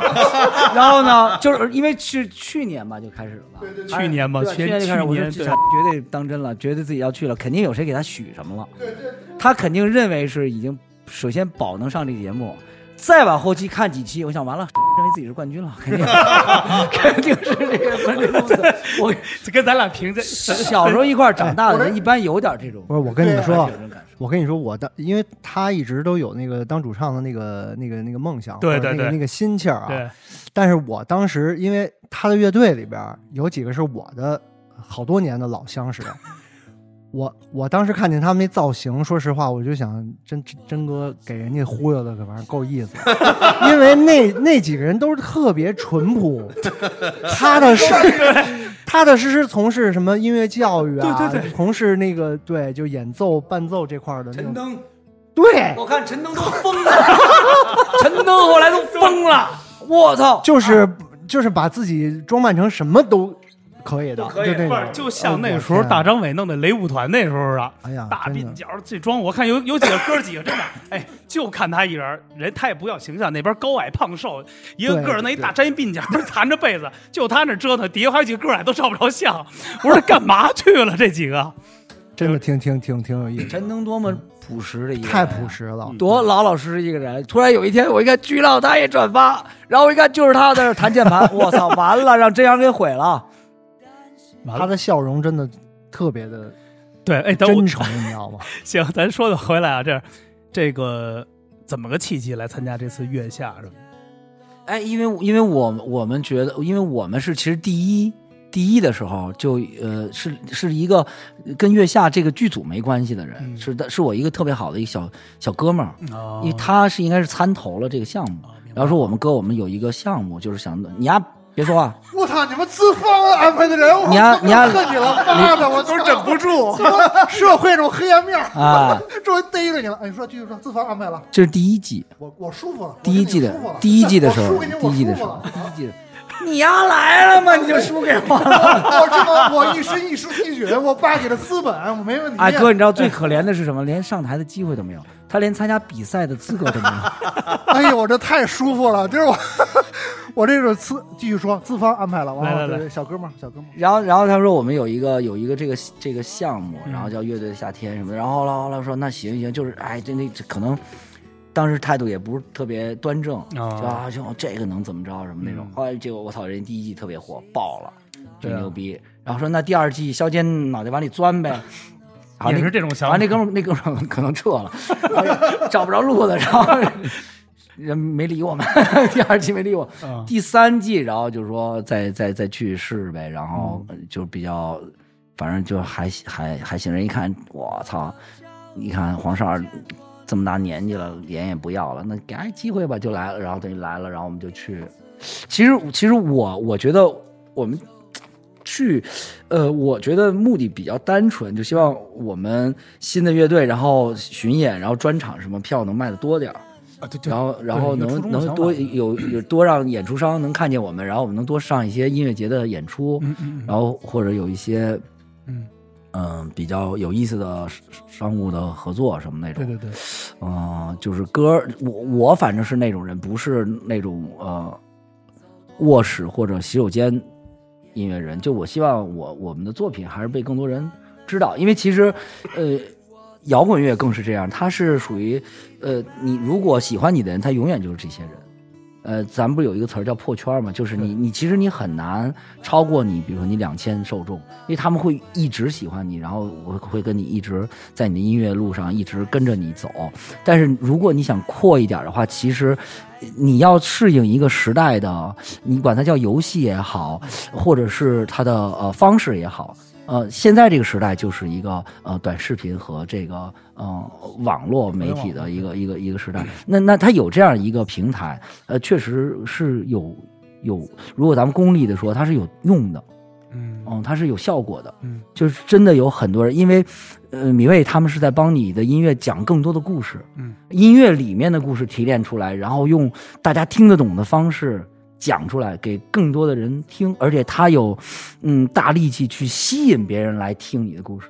[SPEAKER 1] 然后呢，就是因为是去年吧就开始了吧，
[SPEAKER 2] 去年嘛，
[SPEAKER 1] 对去
[SPEAKER 2] 前
[SPEAKER 1] 就开始，
[SPEAKER 2] 去
[SPEAKER 1] 我就
[SPEAKER 2] 年
[SPEAKER 1] 这
[SPEAKER 2] 对
[SPEAKER 1] 傻绝对当真了，觉得自己要去了，肯定有谁给他许什么了。他肯定认为是已经首先保能上这节目，再往后期看几期，我想完了，认为自己是冠军了，肯定肯 定是这个冠军公司。我
[SPEAKER 2] 就 跟咱俩评价，
[SPEAKER 1] 小时候一块儿长大的人，一般有点这种
[SPEAKER 5] 不是我跟你说
[SPEAKER 1] 有，这种感受。
[SPEAKER 5] 我跟你说，我当因为他一直都有那个当主唱的那个那个那个梦想，
[SPEAKER 2] 对
[SPEAKER 5] 或者
[SPEAKER 2] 对
[SPEAKER 5] 那个
[SPEAKER 2] 对
[SPEAKER 5] 那个心气儿啊。
[SPEAKER 2] 对，
[SPEAKER 5] 但是我当时因为他的乐队里边儿有几个是我的好多年的老相识，我我当时看见他们那造型，说实话，我就想，真真真哥给人家忽悠的可玩意儿够意思，因为那那几个人都是特别淳朴，踏踏实踏踏实实从事什么音乐教育啊，
[SPEAKER 2] 对对对
[SPEAKER 5] 从事那个对就演奏伴奏这块儿的那
[SPEAKER 1] 陈
[SPEAKER 5] 种，
[SPEAKER 1] 登，
[SPEAKER 5] 对，
[SPEAKER 1] 我看陈登都疯了，陈登后来都疯了，我操！
[SPEAKER 2] 啊
[SPEAKER 5] 就是就是把自己装扮成什么都可以的，
[SPEAKER 2] 可以，
[SPEAKER 5] 那
[SPEAKER 2] 不是
[SPEAKER 5] 种呃
[SPEAKER 2] 就像那时候大，张伟弄的雷舞团那时候啊，
[SPEAKER 5] 哎呀
[SPEAKER 2] 大
[SPEAKER 5] 真的
[SPEAKER 2] 鬓角这妆，我看有有几个哥儿几个真的，哎，就看他一人儿，人他也不要形象，那边高矮胖瘦，一个个儿那一大粘鬓角儿 弹着被子，就他那折腾，底下还有几个个儿矮都照不着相，我说干嘛去了这几个？
[SPEAKER 5] 真的挺挺挺挺有意思
[SPEAKER 1] 陈，登多么朴实的一个人，啊
[SPEAKER 5] 太朴，实了。
[SPEAKER 2] 嗯
[SPEAKER 1] 多老老实实一个人。突然有一天，我一看巨浪他也转发，然后我一看就是他在那儿弹键 盘，我操，完了，让真阳给毁了。
[SPEAKER 5] 他的笑容真的特别的
[SPEAKER 2] 对，哎，等我
[SPEAKER 5] 真诚，你知道吗？
[SPEAKER 2] 行，咱说的回来啊，这这个怎么个契机来参加这次月下是吧？
[SPEAKER 1] 哎，因为因为我我们觉得，因为我们是其实第一第一的时候就呃是是一个跟月下这个剧组没关系的人，
[SPEAKER 2] 嗯
[SPEAKER 1] 是的是我一个特别好的一个小小哥们儿，
[SPEAKER 2] 哦
[SPEAKER 1] 因为他是应该是参投了这个项目，
[SPEAKER 2] 哦明白
[SPEAKER 1] 然后说我们哥我们有一个项目就是想你呀、别说话，
[SPEAKER 6] 我操！你们资方安排的人，我
[SPEAKER 1] 你呀你呀
[SPEAKER 6] 恨你了，妈的，我都忍不住。社会这种黑暗面儿
[SPEAKER 1] 啊，
[SPEAKER 6] 终于逮着你了。哎，你说继续说，资方安排了，
[SPEAKER 1] 这是第一季，
[SPEAKER 6] 我我舒服了。
[SPEAKER 1] 第一季
[SPEAKER 6] 我
[SPEAKER 1] 的
[SPEAKER 6] 跟你舒服了
[SPEAKER 1] 第一季的时
[SPEAKER 6] 我输
[SPEAKER 1] 候，
[SPEAKER 6] 给你，
[SPEAKER 1] 第
[SPEAKER 6] 我
[SPEAKER 1] 一季的时
[SPEAKER 6] 舒服
[SPEAKER 1] 候
[SPEAKER 6] 了，。啊
[SPEAKER 1] 第一季的。你丫来了吗？你就输给我了。
[SPEAKER 6] 我这么我一身一身一血，我败给了资本，我没问 题。
[SPEAKER 1] 哎，哥，你知道最可怜的是什么？连上台的机会都没有，他连参加比赛的资格都没有。
[SPEAKER 6] 哎呦，我这太舒服了，这是我我这是资继续说，资方安排了，完
[SPEAKER 2] 来
[SPEAKER 6] 了
[SPEAKER 2] 来来
[SPEAKER 6] 这小哥们儿，小哥们儿，
[SPEAKER 1] 然后，然后他说我们有一个有一个这个这个项目，然后叫乐队的夏天什么的。然后后来后来说那行行，就是哎，这那这可能当时态度也不是特别端正，
[SPEAKER 2] 哦
[SPEAKER 1] 就啊就这个能怎么着什么那种。后来结果我操，人家第一季特别火，爆了，
[SPEAKER 2] 对
[SPEAKER 1] 真
[SPEAKER 2] 啊
[SPEAKER 1] 牛逼。然后说那第二季削尖脑袋往里钻呗。好，
[SPEAKER 2] 也
[SPEAKER 1] 那
[SPEAKER 2] 是这种想
[SPEAKER 1] 完、
[SPEAKER 2] 法。
[SPEAKER 1] 啊那哥们儿那哥们儿可能撤了，哎找不着路子，然后人没理我们， 第二季没理我。
[SPEAKER 2] 嗯
[SPEAKER 1] 第三季，然后就是说再再再去试呗，然后呃就比较，反正就还还还行。人一看，我操，一看黄少儿这么大年纪了，脸也不要了，那给他机会吧，就来了。然后等于来了，然后我们就去。其实其实我我觉得我们去，呃，我觉得目的比较单纯，就希望我们新的乐队，然后巡演，然后专场什么票能卖的多点儿。
[SPEAKER 2] 啊对对
[SPEAKER 1] 然后然
[SPEAKER 2] 对
[SPEAKER 1] 后
[SPEAKER 2] 有初
[SPEAKER 1] 能
[SPEAKER 2] 衷的
[SPEAKER 1] 能
[SPEAKER 2] 想
[SPEAKER 1] 多
[SPEAKER 2] 法
[SPEAKER 1] 有有多让演出商能看见我们，然后我们能多上一些音乐节的演出，
[SPEAKER 2] 嗯嗯嗯
[SPEAKER 1] 然后或者有一些
[SPEAKER 2] 嗯
[SPEAKER 1] 嗯比较有意思的商商务的合作什么那种，
[SPEAKER 2] 对对对，
[SPEAKER 1] 嗯、就是歌儿，我我反正是那种人，不是那种呃卧室或者洗手间音乐人。就我希望我我们的作品还是被更多人知道，因为其实呃摇滚乐更是这样，它是属于呃你如果喜欢你的人，他永远就是这些人。呃，咱们不是有一个词儿叫破圈儿嘛？就是你，你其实你很难超过你，比如说你两千受众，因为他们会一直喜欢你，然后我会跟你一直在你的音乐路上一直跟着你走。但是如果你想阔一点的话，其实呃你要适应一个时代的，你管它叫游戏也好，或者是它的呃方式也好。呃，现在这个时代就是一个呃短视频和这个呃网络媒体的一个一个一个时代。那那它有这样一个平台，呃，确实是有有，如果咱们功利的说，它是有用的，
[SPEAKER 2] 嗯
[SPEAKER 5] 哦
[SPEAKER 1] 嗯，它是有效果的，
[SPEAKER 2] 嗯，
[SPEAKER 1] 就是真的有很多人，因为呃，米未他们是在帮你的音乐讲更多的故事，
[SPEAKER 2] 嗯，
[SPEAKER 1] 音乐里面的故事提炼出来，然后用大家听得懂的方式讲出来，给更多的人听，而且他有嗯大力气去吸引别人来听你的故事，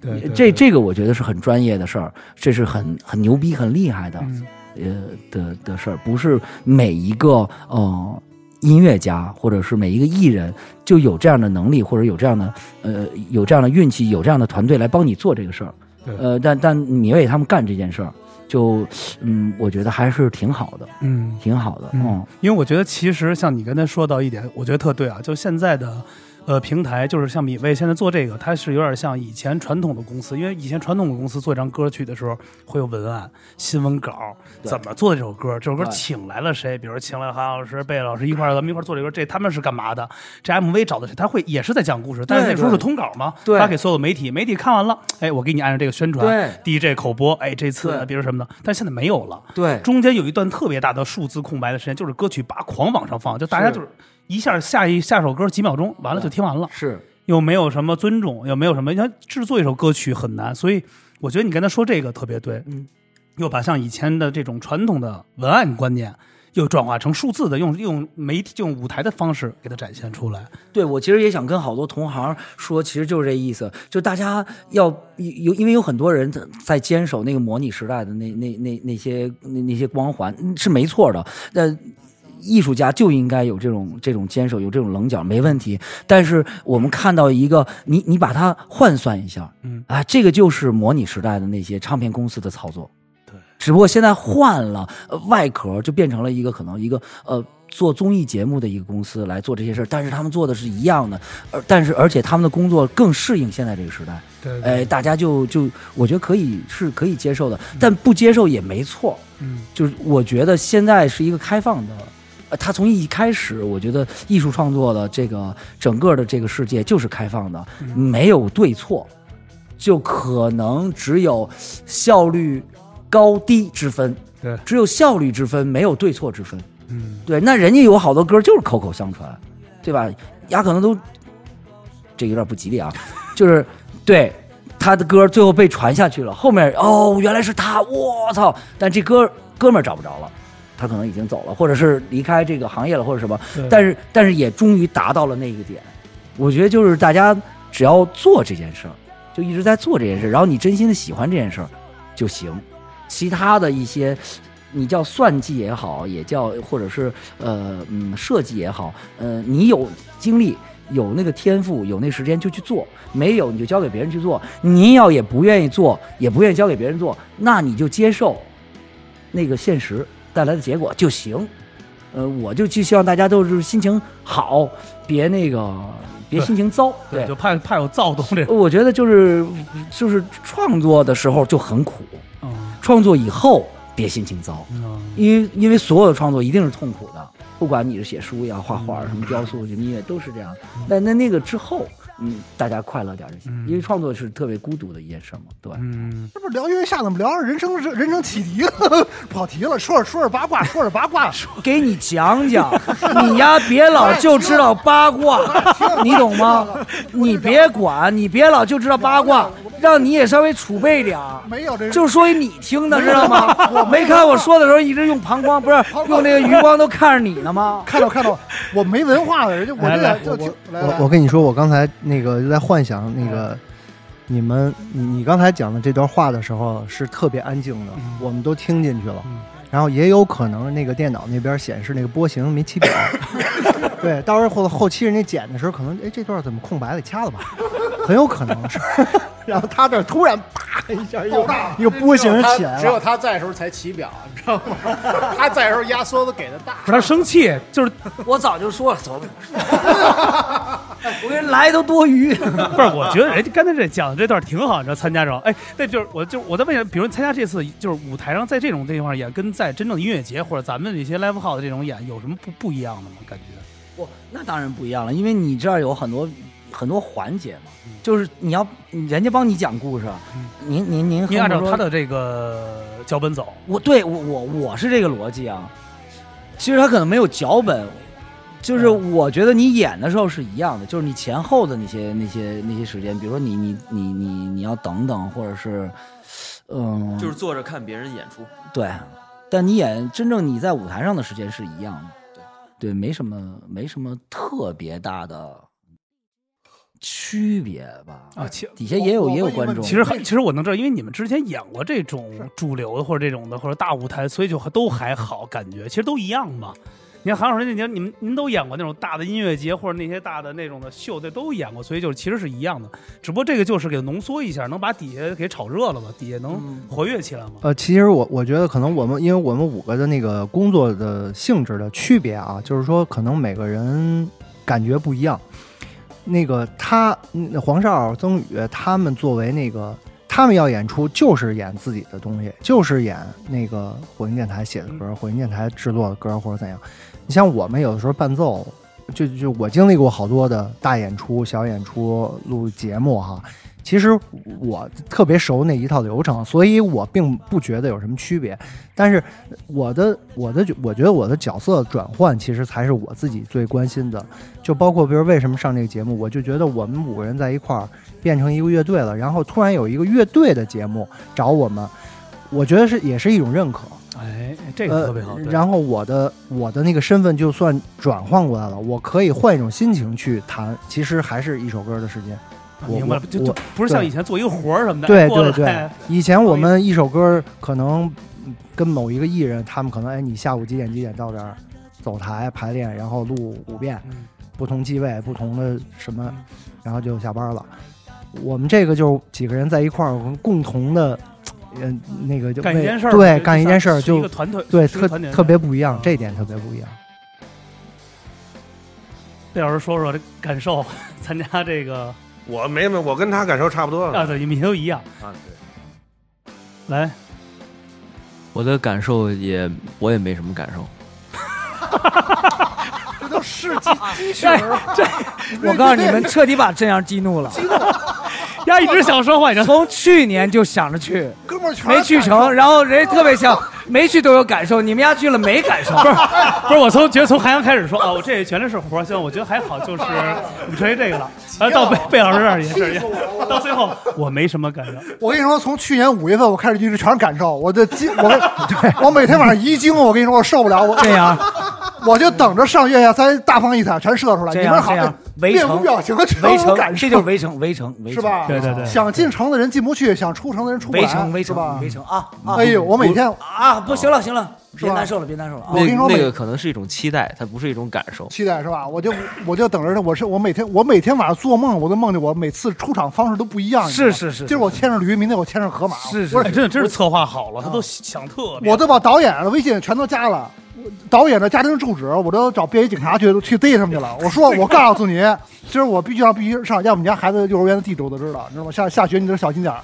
[SPEAKER 2] 对
[SPEAKER 1] 这这个我觉得是很专业的事儿，这是很很牛逼、很厉害的，
[SPEAKER 2] 嗯
[SPEAKER 1] 呃的的事儿，不是每一个呃音乐家或者是每一个艺人就有这样的能力，或者有这样的呃有这样的运气，有这样的团队来帮你做这个事儿
[SPEAKER 2] 对。
[SPEAKER 1] 呃，但但米未他们干这件事儿，就嗯，我觉得还是挺好的，
[SPEAKER 2] 嗯。
[SPEAKER 1] 挺好的。嗯，
[SPEAKER 2] 因为我觉得其实像你刚才说到一点，我觉得特对啊，就现在的。呃，平台就是像米未现在做这个，它是有点像以前传统的公司，因为以前传统的公司做一张歌曲的时候会有文案、新闻稿，
[SPEAKER 1] 对
[SPEAKER 2] 怎么做这首歌，这首歌
[SPEAKER 1] 对
[SPEAKER 2] 请来了谁，比如请来了韩老师、贝老师一块儿，咱们一块儿做这歌，这他们是干嘛的？这 MV 找的谁？他会也是在讲故事，但是那时候是通稿嘛，
[SPEAKER 1] 对
[SPEAKER 2] 发给所有媒体，媒体看完了，哎，我给你按照这个宣传，DJ 口播，哎，这次
[SPEAKER 1] 对
[SPEAKER 2] 比如什么的，但现在没有了，
[SPEAKER 1] 对
[SPEAKER 2] 中间有一段特别大的数字空白的时间，就是歌曲叭狂往上放，就大家就是一下下一下首歌几秒钟，完了就听完了，
[SPEAKER 1] 是
[SPEAKER 2] 又没有什么尊重，又没有什么，你看制作一首歌曲很难，所以我觉得你刚才说这个特别对，
[SPEAKER 1] 嗯，
[SPEAKER 2] 又把像以前的这种传统的文案观念。又转化成数字的，用用媒体、用舞台的方式给它展现出来。
[SPEAKER 1] 对，我其实也想跟好多同行说，其实就是这意思，就大家要有，因为有很多人在坚守那个模拟时代的那那那那些那那些光环嗯是没错的。那艺术家就应该有这种这种坚守，有这种棱角，没问题。但是我们看到一个，你你把它换算一下，
[SPEAKER 2] 嗯
[SPEAKER 1] 啊，这个就是模拟时代的那些唱片公司的操作。
[SPEAKER 2] 对，
[SPEAKER 1] 只不过现在换了、呃外壳，就变成了一个可能一个呃做综艺节目的一个公司来做这些事儿，但是他们做的是一样的，而但是而且他们的工作更适应现在这个时代。
[SPEAKER 2] 对
[SPEAKER 1] 哎，大家就就我觉得可以是可以接受的，但不接受也没错。
[SPEAKER 2] 嗯，
[SPEAKER 1] 就是我觉得现在是一个开放的，呃，它从一开始，我觉得艺术创作的这个整个的这个世界就是开放的，
[SPEAKER 2] 嗯
[SPEAKER 1] 没有对错，就可能只有效率高低之分，
[SPEAKER 2] 对
[SPEAKER 1] 只有效率之分，没有对错之分。
[SPEAKER 2] 嗯，
[SPEAKER 1] 对，那人家有好多歌就是口口相传，对吧？丫可能都，这有点不吉利 啊，就是对他的歌最后被传下去了，后面哦原来是他，我操！但这歌哥们儿找不着了，他可能已经走了，或者是离开这个行业了，或者什么。但
[SPEAKER 2] 是
[SPEAKER 1] 是但是也终于达到了那个点。我觉得就是大家只要做这件事儿，就一直在做这件事儿，然后你真心的喜欢这件事儿就行。其他的一些，你叫算计也好，也叫或者是呃嗯设计也好，呃你有精力。有那个天赋，有那时间就去做；没有你就交给别人去做。您要也不愿意做，也不愿意交给别人做，那你就接受那个现实带来的结果就行。呃，我就就希望大家都是心情好，别那个，别
[SPEAKER 2] 对
[SPEAKER 1] 心情糟。对，
[SPEAKER 2] 就怕怕有躁动 这种。
[SPEAKER 1] 我觉得就是就是创作的时候就很苦，
[SPEAKER 2] 嗯
[SPEAKER 1] 创作以后别心情糟，
[SPEAKER 2] 嗯
[SPEAKER 1] 因为因为所有的创作一定是痛苦的，不管你是写书呀、画画、什么雕塑、什么音乐，都是这样。那那那个之后，嗯，大家快乐点就行，
[SPEAKER 2] 嗯
[SPEAKER 1] 因为创作是特别孤独的一件事嘛，对吧。
[SPEAKER 2] 嗯，
[SPEAKER 6] 这不是聊月下怎么聊着人生人生启迪了，跑题了，说着说着八卦，说着八卦，
[SPEAKER 1] 给你讲讲，你呀别老就知道八卦，你懂吗？你别管，你别老就知道八卦，让你也稍微储备点儿。
[SPEAKER 6] 没有这
[SPEAKER 1] 就说给你听的，知道吗？没看我说的时候一直用膀胱，不是用那个余光都看着你呢吗？
[SPEAKER 6] 看到看到，我没文化的人家我这
[SPEAKER 2] 来来
[SPEAKER 6] 个就就来来
[SPEAKER 5] 我我跟你说，我刚才那个就在幻想那个，你们你你刚才讲的这段话的时候是特别安静的，
[SPEAKER 2] 嗯
[SPEAKER 5] 我们都听进去了
[SPEAKER 2] 嗯。
[SPEAKER 5] 然后也有可能那个电脑那边显示那个波形 没起表，对，到时候后后期人家剪的时候，可能哎这段怎么空白了，掐了吧，很有可能是。然后他这儿突然啪一下又一个波形起来
[SPEAKER 4] 只有
[SPEAKER 5] 了，
[SPEAKER 4] 他在的时候才起表，你知道吗？他在的时候压缩的给的大。
[SPEAKER 2] 不是他生气，就是
[SPEAKER 1] 我早就说了，走吧。我跟人来都多余。
[SPEAKER 2] 不是，我觉得人家刚才这讲的这段挺好，你知道参加着，哎，那就是我就是我在问一下，比如你参加这次就是舞台上在这种地方演，跟在真正的音乐节或者咱们这些 live house 的这种演有什么不不一样的吗？感觉
[SPEAKER 1] 我那当然不一样了，因为你这儿有很多很多环节嘛，
[SPEAKER 2] 嗯
[SPEAKER 1] 就是你要人家帮你讲故事，啊您您您和
[SPEAKER 2] 你按照
[SPEAKER 1] 我说
[SPEAKER 2] 他的这个脚本走，
[SPEAKER 1] 我对我我我是这个逻辑啊。其实他可能没有脚本，就是我觉得你演的时候是一样的，就是你前后的那些那些那些时间，比如说你你你你你要等等，或者是嗯，
[SPEAKER 7] 就是坐着看别人演出。
[SPEAKER 1] 对，但你演真正你在舞台上的时间是一样的，对，没什么没什么特别大的区别吧？
[SPEAKER 2] 啊其
[SPEAKER 1] 底下也有
[SPEAKER 6] 我
[SPEAKER 1] 也有
[SPEAKER 6] 问一个
[SPEAKER 1] 观
[SPEAKER 6] 问
[SPEAKER 1] 众，
[SPEAKER 6] 题
[SPEAKER 2] 其实很，其实我能知道，因为你们之前演过这种主流的或者这种的或者大舞台，所以就都还好，感觉其实都一样嘛。你看韩老师，您你们您都演过那种大的音乐节或者那些大的那种的秀，这都演过，所以就是其实是一样的，只不过这个就是给浓缩一下，能把底下给炒热了嘛，底下
[SPEAKER 5] 嗯
[SPEAKER 2] 能活跃起来嘛。
[SPEAKER 5] 呃，其实我我觉得可能我们，因为我们五个的那个工作的性质的区别啊，就是说可能每个人感觉不一样。那个他嗯黄少、曾宇他们作为那个他们要演出，就是演自己的东西，就是演那个火星电台写的歌、火星电台制作的歌或者怎样。你像我们有的时候伴奏，就就我经历过好多的大演出、小演出、录节目哈。其实我特别熟那一套流程，所以我并不觉得有什么区别。但是我的我的我觉得我的角色转换其实才是我自己最关心的，就包括比如为什么上这个节目，我就觉得我们五个人在一块儿变成一个乐队了，然后突然有一个乐队的节目找我们，我觉得是也是一种认可。
[SPEAKER 2] 哎，这个特别好。
[SPEAKER 5] 呃
[SPEAKER 2] 对
[SPEAKER 5] 然后我的我的那个身份就算转换过来了，我可以换一种心情去弹，其实还是一首歌的时间。我
[SPEAKER 2] 啊明白了，
[SPEAKER 5] 我
[SPEAKER 2] 就就
[SPEAKER 5] 我
[SPEAKER 2] 不是像
[SPEAKER 5] 对
[SPEAKER 2] 以前做一个活儿什么的，
[SPEAKER 5] 对
[SPEAKER 2] 哎过
[SPEAKER 5] 对
[SPEAKER 2] 来
[SPEAKER 5] 对，以前我们一首歌可能嗯跟某一个艺人，他们可能哎，你下午几点几点到这儿，走台排练，然后录五遍，
[SPEAKER 2] 嗯
[SPEAKER 5] 不同机位、不同的什么
[SPEAKER 2] 嗯，
[SPEAKER 5] 然后就下班了。我们这个就几个人在一块儿，我们共同的，嗯、那个就
[SPEAKER 2] 干一
[SPEAKER 5] 为
[SPEAKER 2] 件事儿，
[SPEAKER 5] 对，
[SPEAKER 2] 就
[SPEAKER 5] 干一
[SPEAKER 2] 像
[SPEAKER 5] 件事
[SPEAKER 2] 是
[SPEAKER 5] 儿
[SPEAKER 2] 一
[SPEAKER 5] 就
[SPEAKER 2] 个团队，
[SPEAKER 5] 对
[SPEAKER 2] 是一个
[SPEAKER 5] 特
[SPEAKER 2] 团体
[SPEAKER 5] 特别不一样，这一点特别不一样。
[SPEAKER 2] 贝老师说说这感受， 参加这个
[SPEAKER 3] 我没没，我跟他感受差不多
[SPEAKER 2] 啊，
[SPEAKER 3] 了
[SPEAKER 2] 对，你们都一样。
[SPEAKER 3] 啊。对
[SPEAKER 2] 来，
[SPEAKER 7] 我的感受也，我也没什么感受。
[SPEAKER 6] 这都是机机器人儿，啊
[SPEAKER 1] 我告诉你 们，彻底把真阳激怒了。
[SPEAKER 2] 丫一直想说 话，你知道吗
[SPEAKER 1] 从去年就想着去，
[SPEAKER 6] 哥们儿全
[SPEAKER 1] 没去成，然后人家特别想，没去都有感受，你们家去了没感受？
[SPEAKER 2] 不是我从觉得从韩阳开始说 啊，我这全都是活儿，行，我觉得还好， 就是你成为这个了。然后到贝贝老师这儿也是一 样，到最后我没什么感受。
[SPEAKER 6] 我跟你说，从去年五月份我开始一直全是感受，我的经， 我对我每天晚上一经，我跟你说我受不了，我
[SPEAKER 1] 这样，
[SPEAKER 6] 我就等着上月下三大放异彩全射出来。
[SPEAKER 1] 这
[SPEAKER 6] 你
[SPEAKER 1] 样
[SPEAKER 6] 们好
[SPEAKER 1] 这样，围
[SPEAKER 6] 面
[SPEAKER 1] 城
[SPEAKER 6] 无表情的全
[SPEAKER 1] 围
[SPEAKER 6] 无
[SPEAKER 1] 城
[SPEAKER 6] 感，受
[SPEAKER 1] 这就是围城，围城，围城
[SPEAKER 6] 是？吧？
[SPEAKER 2] 对对对
[SPEAKER 6] 想进城的人进不去，想出城的人出不来，
[SPEAKER 1] 围城，围
[SPEAKER 6] 是吧
[SPEAKER 1] 城，？围城啊啊！
[SPEAKER 6] 哎呦，我每天
[SPEAKER 1] 啊，不行了，行了，
[SPEAKER 6] 是
[SPEAKER 1] 别
[SPEAKER 6] 吧
[SPEAKER 1] 难受了，别难受了啊！
[SPEAKER 6] 我跟你
[SPEAKER 7] 那
[SPEAKER 6] 说
[SPEAKER 7] 那
[SPEAKER 6] 每
[SPEAKER 7] 个可能是一种期待，它不是一种感 受。
[SPEAKER 6] 期待是吧？我就我就等着，我是我每天我每天晚上做梦，我都梦见我每次出场方式都不一样。你知道
[SPEAKER 1] 是
[SPEAKER 6] 吗
[SPEAKER 1] 是是，
[SPEAKER 6] 今儿我牵上驴，明天我牵上河马，
[SPEAKER 1] 是是
[SPEAKER 6] 我
[SPEAKER 2] 哎，真的真是策划好了，他都想特别。
[SPEAKER 6] 我都把导演的微信全都加了，我导演的家庭住址我都找便衣警察去去逮他们去了。我说我告诉你， 今儿我必须让必须上，要我们家孩子幼儿园的地址我都知道，你知道吗？下下学你得小心点儿。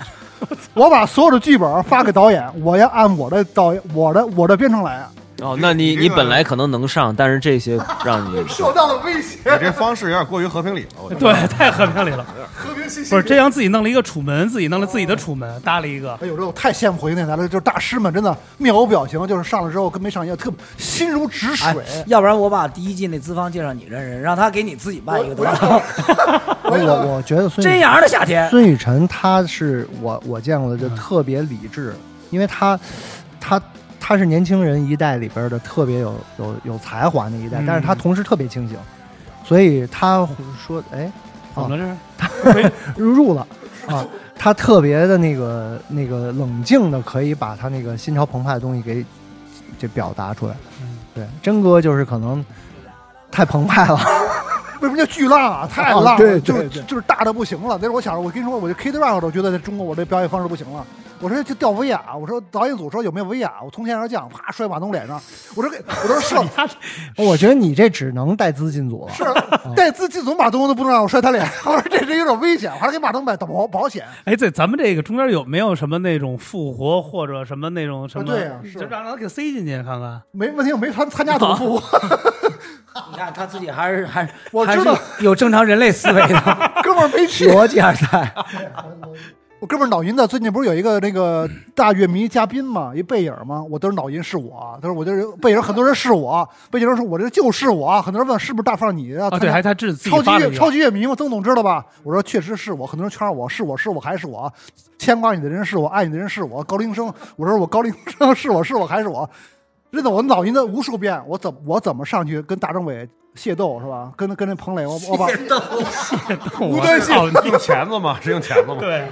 [SPEAKER 6] 我把所有的剧本发给导演，我要按我的导演我的我的编程来。
[SPEAKER 7] 哦，那你
[SPEAKER 3] 你
[SPEAKER 7] 你
[SPEAKER 3] 这个
[SPEAKER 7] 本来可能能上，但是这些让你
[SPEAKER 6] 到了威胁，
[SPEAKER 3] 你这方式有点过于和平里了，我觉得
[SPEAKER 2] 对，太和平里了。
[SPEAKER 6] 和平信息
[SPEAKER 2] 不是，真阳自己弄了一个楚门，自己弄了自己的楚门，搭了一个。
[SPEAKER 6] 哎呦，这我太羡慕回去那台了，就是大师们真的面无表情，就是上了之后跟没上一样，特别心如止水。
[SPEAKER 1] 哎，要不然我把第一季那资方介绍你认识，让他给你自己办一个得了。
[SPEAKER 5] 我我我觉得孙
[SPEAKER 1] 真
[SPEAKER 5] 宇
[SPEAKER 1] 阳的夏天，
[SPEAKER 5] 孙雨晨他是我我见过的就特别理智，因为他他他是年轻人一代里边的特别有有有才华那一代
[SPEAKER 2] 嗯，
[SPEAKER 5] 但是他同时特别清醒，所以他说哎
[SPEAKER 2] 怎么了这是？
[SPEAKER 5] 入了啊，他特别的那个那个冷静的可以把他那个心潮澎湃的东西给这表达出来
[SPEAKER 2] 嗯。
[SPEAKER 5] 对，真哥就是可能太澎湃 了，
[SPEAKER 6] 为什么叫巨浪啊？太浪了，
[SPEAKER 5] 啊对
[SPEAKER 6] 就是
[SPEAKER 5] 对对
[SPEAKER 6] 就是大的不行了。那时候我想着，我跟你说，我这 K t rock 我都觉得在中国我这表演方式不行了。我说就掉威亚，我说导演组说有没有威亚，我从天而降，啪摔马东脸上。我说给我说是
[SPEAKER 5] 我觉得你这只能带资进组了。
[SPEAKER 6] 是，带资进总马东都不能让我摔他脸，我说这人有点危险，我还给马东买保保险。
[SPEAKER 2] 哎，对，咱们这个中间有没有什么那种复活或者什么那种什么？
[SPEAKER 6] 啊对啊是
[SPEAKER 2] 就让他给塞进去看看。
[SPEAKER 6] 没问题，我没参参加总
[SPEAKER 5] 哦
[SPEAKER 6] 部，
[SPEAKER 1] 你看他自己还是还是
[SPEAKER 6] 我
[SPEAKER 1] 还
[SPEAKER 6] 知
[SPEAKER 1] 是
[SPEAKER 6] 道
[SPEAKER 1] 有正常人类思维 的
[SPEAKER 6] 哥们儿没去。
[SPEAKER 1] 逻辑还在。
[SPEAKER 6] 我哥们儿脑银子最近不是有一个那个大乐迷嘉宾嘛，一背影嘛，我都是脑银是我，他说我就是背影，很多人是我，背影说我这就是我，很多人问是不是大放你啊？
[SPEAKER 5] 哦
[SPEAKER 2] 啊，对，还他自自己
[SPEAKER 6] 超级
[SPEAKER 2] 发了
[SPEAKER 6] 乐
[SPEAKER 2] 一
[SPEAKER 6] 超
[SPEAKER 2] 个。
[SPEAKER 6] 级乐迷嘛，曾总知道吧？我说确实是我，很多人圈我是我是我还是我，啊牵挂你的人是我，爱你的人是我，高龄生，我说我高龄生是我是我还是我，真的我脑筋的无数遍，我怎我怎么上去跟大张伟械斗是吧？跟跟那彭磊我 我把
[SPEAKER 2] 无
[SPEAKER 6] 端性
[SPEAKER 3] 用钳子吗？是用钳子吗？
[SPEAKER 2] 对，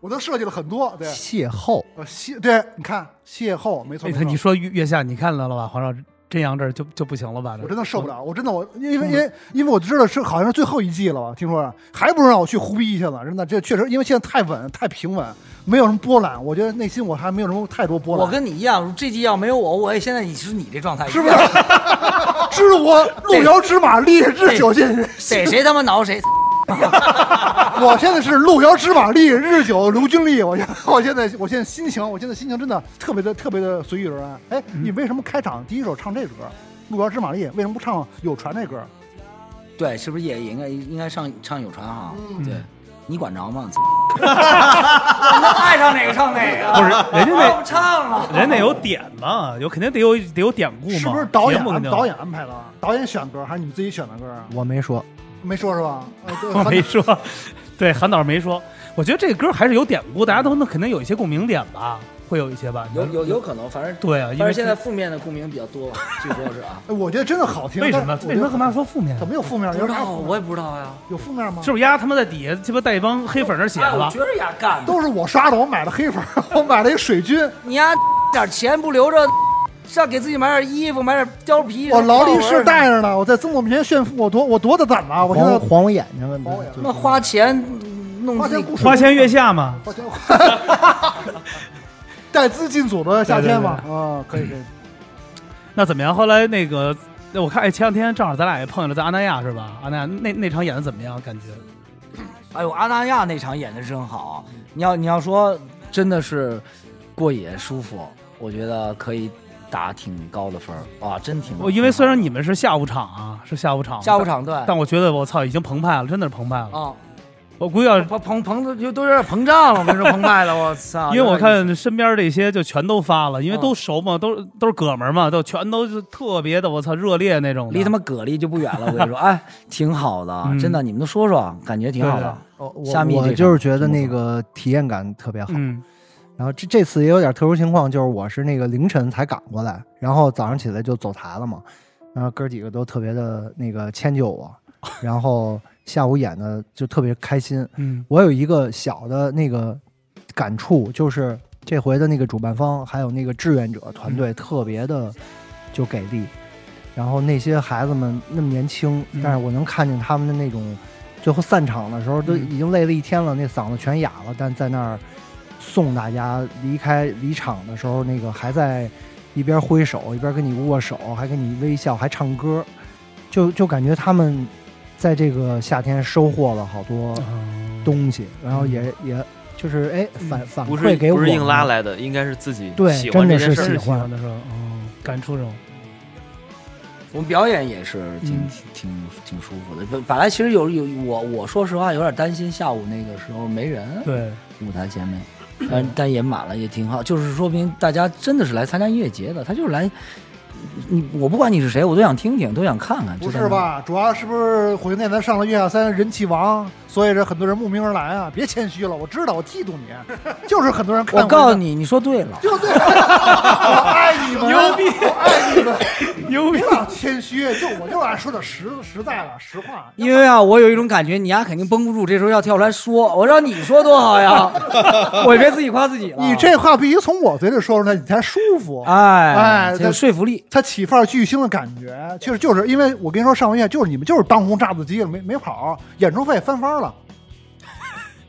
[SPEAKER 6] 我都设计了很多，对，
[SPEAKER 5] 邂逅，
[SPEAKER 6] 呃邂对，你看邂逅没错，
[SPEAKER 2] 哎，
[SPEAKER 6] 没
[SPEAKER 2] 他
[SPEAKER 6] 错
[SPEAKER 2] 你说月月下，你看到了吧？黄少真阳这儿就就不行了吧？
[SPEAKER 6] 我真的受不了，我真的我因为因为因为我知道是好像是最后一季了吧，听说啊还不如让我去胡逼去了，真的这确实因为现在太稳太平稳，没有什么波澜，我觉得内心我还没有什么太多波澜。
[SPEAKER 1] 我跟你一样，这季要没有我，我也现在你是你这状态，
[SPEAKER 6] 是不是？知我路遥知马力，日久见人心。
[SPEAKER 1] 逮谁他妈挠谁？
[SPEAKER 6] 我现在是路遥知马力，日久留君力。我现我现在我现在心情，我现在心情真的特别的特别的随遇而安。哎，你为什么开场第一首唱这歌？路遥知马力，为什么不唱有船这歌？
[SPEAKER 1] 对，是不是也应该应该上唱有船哈？对，
[SPEAKER 6] 嗯
[SPEAKER 1] 你管着吗？ 那爱上哪个唱哪个，
[SPEAKER 2] 不是人家那
[SPEAKER 1] 不唱啊了。
[SPEAKER 2] 人得有点嘛，有肯定得有得有典故嘛。
[SPEAKER 6] 是不是导
[SPEAKER 2] 节
[SPEAKER 6] 演啊
[SPEAKER 2] 目肯定有
[SPEAKER 6] 导演安排的？导演选歌还是你们自己选的歌啊？
[SPEAKER 5] 我没说，
[SPEAKER 6] 没说是吧？呃对
[SPEAKER 2] 我
[SPEAKER 6] 反
[SPEAKER 2] 哦没说，对，韩导没说。我觉得这个歌还是有典故，大家都能肯定有一些共鸣点吧。会有一些吧？
[SPEAKER 1] 有有有可能，反正
[SPEAKER 2] 对啊，因
[SPEAKER 1] 但
[SPEAKER 2] 为
[SPEAKER 1] 是现在负面的共鸣比较多吧，据说是 啊。
[SPEAKER 6] 哎我觉得真的好听。
[SPEAKER 2] 为什么
[SPEAKER 6] 但
[SPEAKER 2] 为什么干嘛
[SPEAKER 6] 我觉
[SPEAKER 2] 说负面
[SPEAKER 6] 得
[SPEAKER 2] 啊？
[SPEAKER 6] 怎么有负面？有啥负面
[SPEAKER 1] 也不知道哎呀。
[SPEAKER 6] 有负面吗？
[SPEAKER 2] 就是丫他妈在底下鸡巴带一帮黑粉那儿写
[SPEAKER 1] 哎，
[SPEAKER 2] 的
[SPEAKER 1] 我
[SPEAKER 2] 吧
[SPEAKER 1] 觉？得丫干的，
[SPEAKER 6] 都是我刷的，我买的黑粉， 我买了一个 水军，
[SPEAKER 1] 你丫点钱不留着，上给自己买点衣服，买点貂皮。
[SPEAKER 6] 我哦劳力士带着呢，我在曾某面前炫富，我多我多的胆
[SPEAKER 2] 哦
[SPEAKER 6] 啊！我现在
[SPEAKER 5] 黄黄我眼睛了，
[SPEAKER 6] 黄我眼
[SPEAKER 1] 他妈花钱弄
[SPEAKER 6] 花
[SPEAKER 1] 自
[SPEAKER 6] 钱
[SPEAKER 1] 己
[SPEAKER 6] 雇水
[SPEAKER 2] 花前月下嘛，
[SPEAKER 6] 花钱， 带资进组的夏天嘛，啊，可以可以。
[SPEAKER 2] 那怎么样？后来那个，那我看哎，前两天正好咱俩也碰见了，在阿那亚是吧？阿那亚那那场演的怎么样？感觉
[SPEAKER 1] 哎呦，阿那亚那场演的真好，啊你要你要说真的是过瘾舒服，我觉得可以打挺高的分儿啊，真挺。
[SPEAKER 2] 我因为虽然你们是下午场啊，是下午场，
[SPEAKER 1] 下午，场对
[SPEAKER 2] 但我觉得我操已经澎湃了，真的是澎湃了。
[SPEAKER 1] 啊，
[SPEAKER 2] 我估计
[SPEAKER 7] 啊
[SPEAKER 2] 要是
[SPEAKER 1] 膨膨膨的就都有点膨胀了，我跟你说 澎湃了，我操！
[SPEAKER 2] 因为我看身边这些就全都发了，因为
[SPEAKER 1] 嗯
[SPEAKER 7] 啊
[SPEAKER 2] 都熟嘛，都都是哥们儿嘛，都全都是特别的，我操，热烈那种的。
[SPEAKER 1] 离他妈蛤蜊就不远了，我跟你说，哎，挺好的
[SPEAKER 2] 嗯，
[SPEAKER 1] 真的，你们都说说，感觉挺好的。
[SPEAKER 5] 哦我
[SPEAKER 1] 虾米
[SPEAKER 5] 我
[SPEAKER 1] 这
[SPEAKER 5] 就是
[SPEAKER 1] 场
[SPEAKER 5] 觉得
[SPEAKER 1] 挺不
[SPEAKER 5] 那
[SPEAKER 1] 错
[SPEAKER 5] 个体验感特别好。
[SPEAKER 2] 嗯，
[SPEAKER 5] 然后这这次也有点特殊情况，就是我是那个凌晨才赶过来，然后早上起来就走台了嘛，然后哥几个都特别的那个迁就我，然后下午演的就特别开心。
[SPEAKER 2] 嗯
[SPEAKER 5] 我有一个小的那个感触，就是这回的那个主办方还有那个志愿者团
[SPEAKER 2] 嗯
[SPEAKER 5] 队特别的就给力，然后那些孩子们那么年轻，
[SPEAKER 2] 嗯
[SPEAKER 5] 但是我能看见他们的那种最后散场的时候都
[SPEAKER 2] 嗯
[SPEAKER 5] 已经累了一天了，那嗓子全哑了，但在那儿送大家离开离场的时候，那个还在一边挥手一边跟你握手，还跟你微笑，还唱歌，就就感觉他们在这个夏天收获了好多。东西，然后也也就是哎反反
[SPEAKER 7] 不是
[SPEAKER 5] 馈给我
[SPEAKER 7] 不是硬拉
[SPEAKER 5] 们，
[SPEAKER 7] 来的，应该是自己
[SPEAKER 5] 对
[SPEAKER 7] 喜欢这件
[SPEAKER 5] 真
[SPEAKER 7] 事
[SPEAKER 5] 的
[SPEAKER 7] 儿
[SPEAKER 5] 是
[SPEAKER 2] 是
[SPEAKER 5] 喜
[SPEAKER 2] 喜欢的时候，哦，感触这 种，
[SPEAKER 1] 我们表演也是挺、
[SPEAKER 2] 嗯
[SPEAKER 1] 挺挺舒服的。本本来其实有有我我说实话有点担心下午那个时候没人，
[SPEAKER 2] 对，
[SPEAKER 1] 舞台前面，但但也满了也挺好。就是说明大家真的是来参加音乐节的，他就是来，你我不管你是谁，我都想听听，都想看看。
[SPEAKER 6] 不
[SPEAKER 1] 就在那
[SPEAKER 6] 是？吧？主要是不是火箭电台上了月下三人气王，所以这很多人慕名而来啊！别谦虚了，我知道，我嫉妒你，就是很多人看
[SPEAKER 1] 我告诉
[SPEAKER 6] 你，
[SPEAKER 1] 你，你说对了，
[SPEAKER 6] 就对，我爱你 们，
[SPEAKER 2] 牛逼
[SPEAKER 6] 我爱你们，
[SPEAKER 2] 牛逼
[SPEAKER 6] 别！老谦虚，就我就爱说点实实在了，实话。
[SPEAKER 1] 因为啊，我有一种感觉，你丫肯定绷不住，这时候要跳出来说，我让你说多好 呀，我别自己夸自己了。
[SPEAKER 6] 你这话必须从我嘴里说出来，你才舒服。
[SPEAKER 1] 哎
[SPEAKER 6] 哎
[SPEAKER 1] 这有说服力，
[SPEAKER 6] 他起范儿巨星的感觉，确实就是因为我跟你说，上回月就是你们就是当红炸子鸡了，没没跑，演出费翻番了，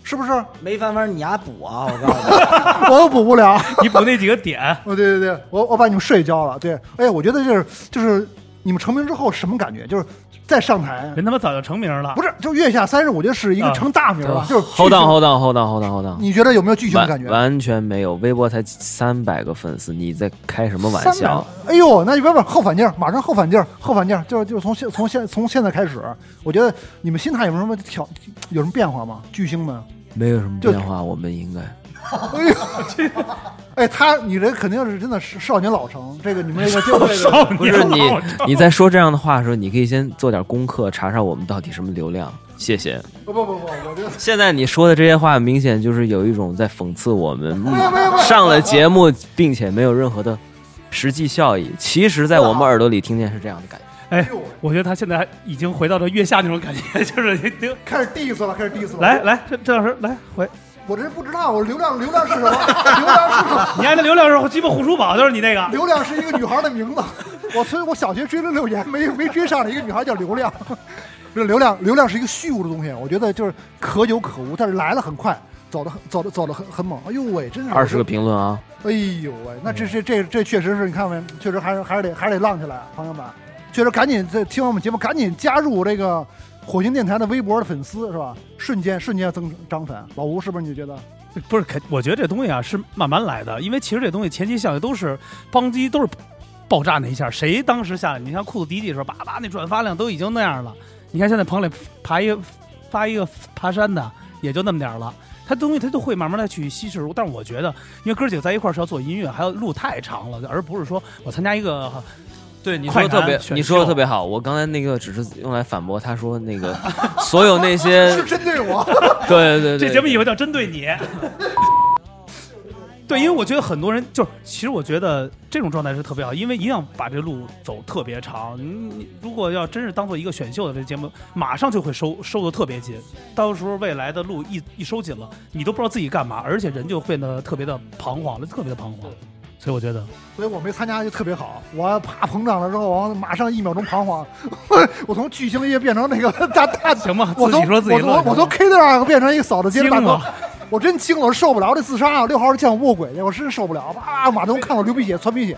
[SPEAKER 6] 是不是？
[SPEAKER 1] 没翻番你丫补啊！我告诉你，
[SPEAKER 6] 我又补不了。
[SPEAKER 2] 你补那几个点，
[SPEAKER 6] 哦，对对对，我我把你们睡觉了。对，哎呀，我觉得就是就是你们成名之后什么感觉？就是再上台，
[SPEAKER 2] 人他妈早就成名了
[SPEAKER 6] 不。是就月下三日，我觉得是一个
[SPEAKER 2] 啊
[SPEAKER 6] 成大名了，就是巨
[SPEAKER 7] hold
[SPEAKER 6] 星
[SPEAKER 7] on hold on hold on hold on hold on，
[SPEAKER 6] 你觉得有没有巨星的感
[SPEAKER 7] 完
[SPEAKER 6] 觉？
[SPEAKER 7] 完全没有，微博才三百个粉丝，你在开什么玩
[SPEAKER 6] 三
[SPEAKER 7] 笑？
[SPEAKER 6] 百，哎呦，那你别问后反劲，马上后反劲，后反劲，就是就是从现从现从现在开始，我觉得你们心态有没有什么调有什么变化吗？巨星们，
[SPEAKER 7] 没有什么
[SPEAKER 6] 就
[SPEAKER 7] 变化，我们应该
[SPEAKER 6] 哎，他你这肯定是真的是少年老成，这个你们这个就这个
[SPEAKER 2] 少
[SPEAKER 7] 不是
[SPEAKER 2] 年
[SPEAKER 7] 你
[SPEAKER 2] 老，
[SPEAKER 7] 你在说这样的话的时候，你可以先做点功课，查查我们到底什么流量。谢谢。
[SPEAKER 6] 不不不不，我这个
[SPEAKER 7] 现在你说的这些话，明显就是有一种在讽刺我们
[SPEAKER 6] 没有没有没有
[SPEAKER 7] 上了节目，并且没有任何的实际效益。其实，在我们耳朵里听见是这样的感觉。
[SPEAKER 2] 哎，我觉得他现在已经回到了月下那种感觉，就是你得
[SPEAKER 6] 开始 diss 了，开始 diss 了，
[SPEAKER 2] 来来，这这老师来回，
[SPEAKER 6] 我这不知道，我流量流量是什么？ 流量是什么？
[SPEAKER 2] 你按那流量时候鸡巴护书宝就是你那个，
[SPEAKER 6] 流量是一个女孩的名字， 我所以我小学追了六年，没没追上的一个女孩叫流 量。不是流量，流量是一个虚无的东西，我觉得就是可有可无，但是来了很快，走的很走的走的很很猛。哎呦喂，真是
[SPEAKER 7] 二十个，评论啊，
[SPEAKER 6] 哎呦喂，那这这这这确实是你看没？确实还是还是得还是得浪起来，朋友们，确实赶紧在听完我们节目，赶紧加入这个火星电台的微博的粉丝是吧？瞬间瞬间增涨粉，老吴是不是你觉得？
[SPEAKER 2] 不是，肯我觉得这东西啊是慢慢来的，因为其实这东西前期效应都是邦基都是爆炸那一下，谁当时下来？你像裤子第一季的时候，叭叭那转发量都已经那样了。你看现在棚里爬一个发一个爬山的，也就那么点儿了。它东西它就会慢慢的去稀释，但是我觉得，因为哥几个在一块儿是要做音乐，还有路太长了，而不是说我参加一个
[SPEAKER 7] 对你
[SPEAKER 2] 快
[SPEAKER 7] 说的特
[SPEAKER 2] 男
[SPEAKER 7] 别，
[SPEAKER 2] 选
[SPEAKER 7] 你说的
[SPEAKER 2] 秀
[SPEAKER 7] 特别好。我刚才那个只是用来反驳他说那个所有那些，
[SPEAKER 6] 针对我，
[SPEAKER 7] 对对 对，
[SPEAKER 2] 这节目以后叫针对你。对，因为我觉得很多人就是，其实我觉得这种状态是特别好，因为一定要把这路走特别长。你你如果要真是当做一个选秀的这节目，马上就会收收的特别紧，到时候未来的路一一收紧了，你都不知道自己干嘛，而且人就变得特别的彷徨了，特别的彷徨。所以我觉得，
[SPEAKER 6] 所以我没参加就特别好。我啪膨胀了之后，我马上一秒钟彷徨， 我从巨星业变成那个 大大，
[SPEAKER 2] 行吧，
[SPEAKER 6] 我
[SPEAKER 2] 自己
[SPEAKER 6] 从
[SPEAKER 2] 说自己
[SPEAKER 6] 我
[SPEAKER 2] 乐
[SPEAKER 6] 从我从 K 大变成一个扫着街的大
[SPEAKER 2] 惊
[SPEAKER 6] 哥
[SPEAKER 2] 了，，
[SPEAKER 6] 我真惊了，我受不了，我得自杀啊！六号见我卧轨去，我真受不了，啪，马东看我流鼻血，窜鼻血，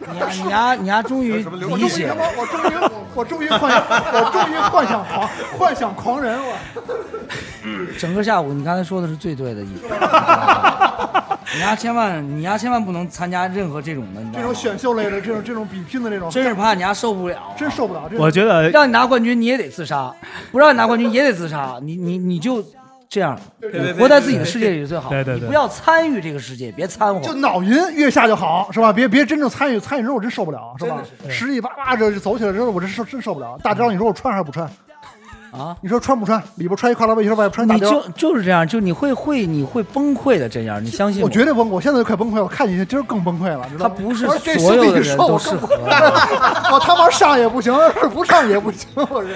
[SPEAKER 1] 你丫你丫你丫终于
[SPEAKER 6] 我
[SPEAKER 1] 理
[SPEAKER 6] 终于
[SPEAKER 1] 解
[SPEAKER 6] 他妈，我终于我我终于幻想，我终于幻想狂幻想狂人，我
[SPEAKER 1] 整个下午，你刚才说的是最对的一。 你丫千万，你丫千万不能参加任何这种的，你知
[SPEAKER 6] 这
[SPEAKER 1] 道吗
[SPEAKER 6] 种？选秀类的这种这种比拼的这种，
[SPEAKER 1] 真是怕你丫受不了啊，
[SPEAKER 6] 真受不了，这
[SPEAKER 2] 我觉得
[SPEAKER 1] 让你拿冠军你也得自杀，不让你拿冠军也得自杀，你你你就这样，你活在自己的世界里是最好的。
[SPEAKER 2] 对对对
[SPEAKER 1] 你不要参与这个世界，别掺和
[SPEAKER 6] 就。脑晕越下就好，是吧？别别真正参与，参与之后我真受不了，是吧？十里八八这走起来之后，我这受真受不了。大招，你说我穿还是不穿
[SPEAKER 1] 啊？
[SPEAKER 6] 你说穿不穿？里边穿一跨栏背心，外边穿一大
[SPEAKER 1] 你
[SPEAKER 6] 貂
[SPEAKER 1] 就。就是这样，就你会会你会崩溃的，这样你相信
[SPEAKER 6] 我
[SPEAKER 1] 我
[SPEAKER 6] 绝对崩溃，我现在就快崩溃了。我看你今儿更崩溃了，知
[SPEAKER 1] 他
[SPEAKER 6] 道吗？
[SPEAKER 1] 不是
[SPEAKER 6] 我说这
[SPEAKER 1] 所有的
[SPEAKER 6] 兄弟
[SPEAKER 1] 人
[SPEAKER 6] 说
[SPEAKER 1] 都
[SPEAKER 6] 我
[SPEAKER 1] 适
[SPEAKER 6] 更
[SPEAKER 1] 合。
[SPEAKER 6] 我他妈上也不行， 不上也不行。我这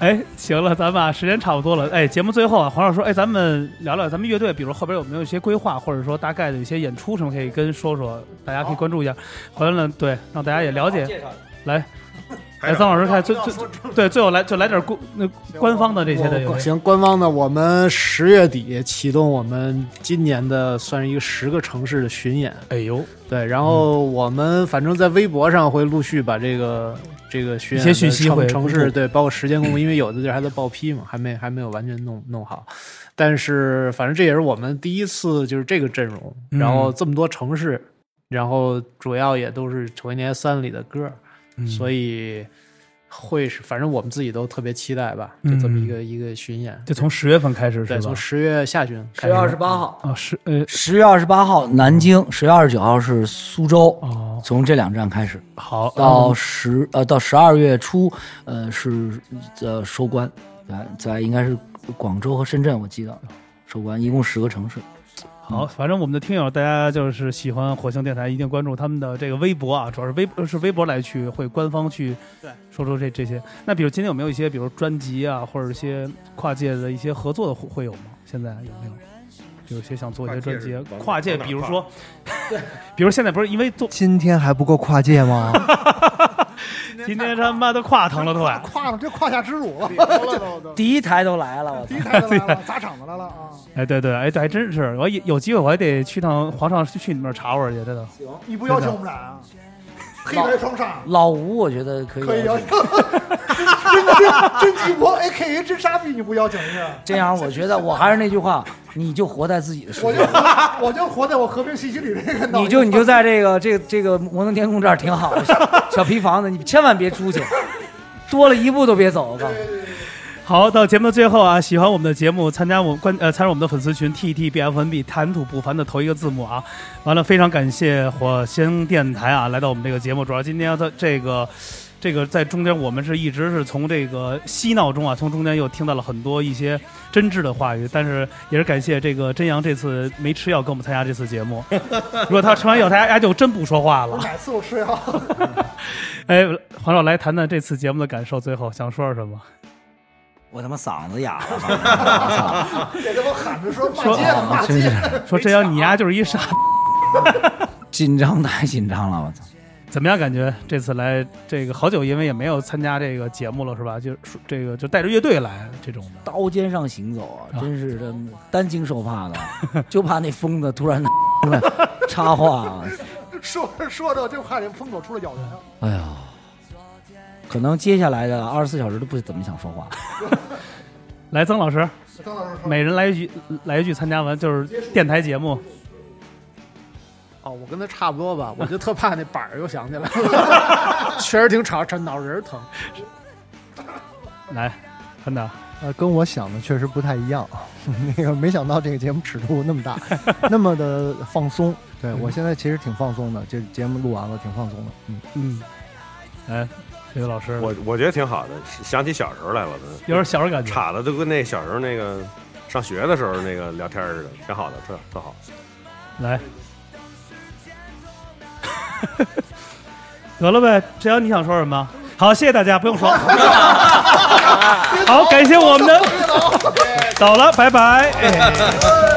[SPEAKER 2] 哎，行了，咱们啊，时间差不多了。哎，节目最后啊，黄老师说，哎，咱们聊聊咱们乐队，比如后边有没有一些规划，或者说大概的一些演出什么，可以跟说说，大家可以关注一下。完了，对，让大家也了解。来，来，张老师看最最对，最后来就来点官那官方的这些的有没有。
[SPEAKER 8] 行，官方呢，我们十月底启动我们今年的算是一个十个城市的巡演，
[SPEAKER 2] 哎呦，
[SPEAKER 8] 对，然后我们反正在微博上会陆续把这个这个巡
[SPEAKER 2] 一
[SPEAKER 8] 演
[SPEAKER 2] 些讯
[SPEAKER 8] 的
[SPEAKER 2] 息
[SPEAKER 8] 城
[SPEAKER 2] 会
[SPEAKER 8] 城
[SPEAKER 2] 公
[SPEAKER 8] 市
[SPEAKER 2] 布
[SPEAKER 8] 对，包括时间公布，因为有的地儿还在报批嘛，还没还没有完全弄弄好。但是反正这也是我们第一次就是这个阵容，
[SPEAKER 2] 嗯
[SPEAKER 8] 然后这么多城市，然后主要也都是《九一年三》里的歌，所
[SPEAKER 2] 以
[SPEAKER 8] 以会是反正我们自己都特别期待吧，就这么一个、一个巡演。
[SPEAKER 2] 嗯就从十月份开始是
[SPEAKER 8] 对，
[SPEAKER 2] 吧
[SPEAKER 8] 从？十月下旬
[SPEAKER 1] 十
[SPEAKER 8] 开
[SPEAKER 1] 月
[SPEAKER 8] 始，
[SPEAKER 1] 二十八号，
[SPEAKER 2] 啊，十呃
[SPEAKER 1] 十月二十八号南京，十月二十九号是苏州。
[SPEAKER 2] 哦，嗯
[SPEAKER 1] 从这两站开始，
[SPEAKER 2] 好，
[SPEAKER 1] 到十呃到十二月初，呃是呃收官，在在应该是广州和深圳，我记得收官，一共十个城市。
[SPEAKER 2] 好，反正我们的听友，大家就是喜欢火星电台，一定关注他们的这个微博啊，主要是微博是微博来去会官方去说出这这些。那比如今天有没有一些，比如专辑啊，或者一些跨界的一些合作的会会有吗？现在有没有？有些想做一些专辑
[SPEAKER 3] 跨界是往
[SPEAKER 2] 跨界，
[SPEAKER 3] 往哪
[SPEAKER 2] 比如
[SPEAKER 3] 跨
[SPEAKER 2] 说， 比如现在不是因为做
[SPEAKER 5] 今天还不够跨界吗？
[SPEAKER 2] 今天他妈的胯疼了都快，
[SPEAKER 6] 跨了，这胯下之辱了，
[SPEAKER 1] 第一台都来了，我操
[SPEAKER 6] 第！一台来了，砸场子来了啊！
[SPEAKER 2] 哎对对，哎对，还真是，我有有机会我还得去趟皇上去你们那儿查会儿去，真的。
[SPEAKER 6] 你不邀请我们俩啊？黑白双煞。
[SPEAKER 1] 老吴，我觉得可以
[SPEAKER 6] 可以啊
[SPEAKER 1] 聊
[SPEAKER 6] 邀
[SPEAKER 1] 这
[SPEAKER 6] 请
[SPEAKER 1] 个，
[SPEAKER 6] 真真真鸡婆 A K A 真傻逼，你不邀请一下？
[SPEAKER 1] 这样我觉得我还是那句话，你就活在自己的世
[SPEAKER 6] 我就
[SPEAKER 1] 界，
[SPEAKER 6] 活我就活在我和平信息里这个脑
[SPEAKER 1] 你就你就在这个这个这个摩登天空这儿挺好的小小皮房子，你千万别出去，多了一步都别走。我告诉你，
[SPEAKER 2] 好，到节目的最后啊，喜欢我们的节目，参加我们关呃参加我们的粉丝群 T T B F N B，谈吐不凡的头一个字母啊。完了，非常感谢火星电台啊，来到我们这个节目，主要今天的这个。这个在中间，我们是一直是从这个嬉闹中啊，从中间又听到了很多一些真挚的话语，但是也是感谢这个真阳这次没吃药跟我们参加这次节目。如果他吃完药，他家就真不说话了。
[SPEAKER 6] 哪次我啊吃药？
[SPEAKER 2] 哎，黄少来谈谈这次节目的感受，最后想说点什么？
[SPEAKER 1] 我他妈嗓子哑了。
[SPEAKER 6] 给他们喊着说骂街
[SPEAKER 1] 啊
[SPEAKER 6] 了，骂街了。
[SPEAKER 2] 说真阳你丫就是一傻
[SPEAKER 1] 紧张太紧张了，我操！
[SPEAKER 2] 怎么样？感觉这次来这个好久，因为也没有参加这个节目了，是吧？就是说这个就带着乐队来这种的。
[SPEAKER 1] 刀尖上行走啊
[SPEAKER 2] 啊，
[SPEAKER 1] 真是的担惊受怕的， 就怕那疯子突然 出来插话啊。
[SPEAKER 6] 说着说着就怕这疯狗出来咬人。啊
[SPEAKER 1] 哎呀，可能接下来的二十四小时都不怎么想说话。
[SPEAKER 2] 来，曾老师，
[SPEAKER 6] 张老师说
[SPEAKER 2] 每人来一句，来一句，参加完就是电台节目。
[SPEAKER 8] 哦，我跟他差不多吧，我就特怕那板儿又想起来了， 确实挺吵，吵脑仁儿疼。
[SPEAKER 2] 来，潘导，
[SPEAKER 5] 呃，跟我想的确实不太一样， 那个没想到这个节目尺度那么大，那么的放松。对我现在其实挺放松的，这节目录完了挺放松的。嗯，
[SPEAKER 2] 嗯，来，这个老师，
[SPEAKER 3] 我我觉得挺好的，想起小时候来了都。
[SPEAKER 2] 有点小时候感觉。
[SPEAKER 3] 岔的都跟那小时候那个上学的时候那个聊天似的，挺好的，特特好。
[SPEAKER 2] 来， 得了呗，只要你想说什么。好，谢谢大家，不用说。好，感谢我们的，走了，拜拜。哎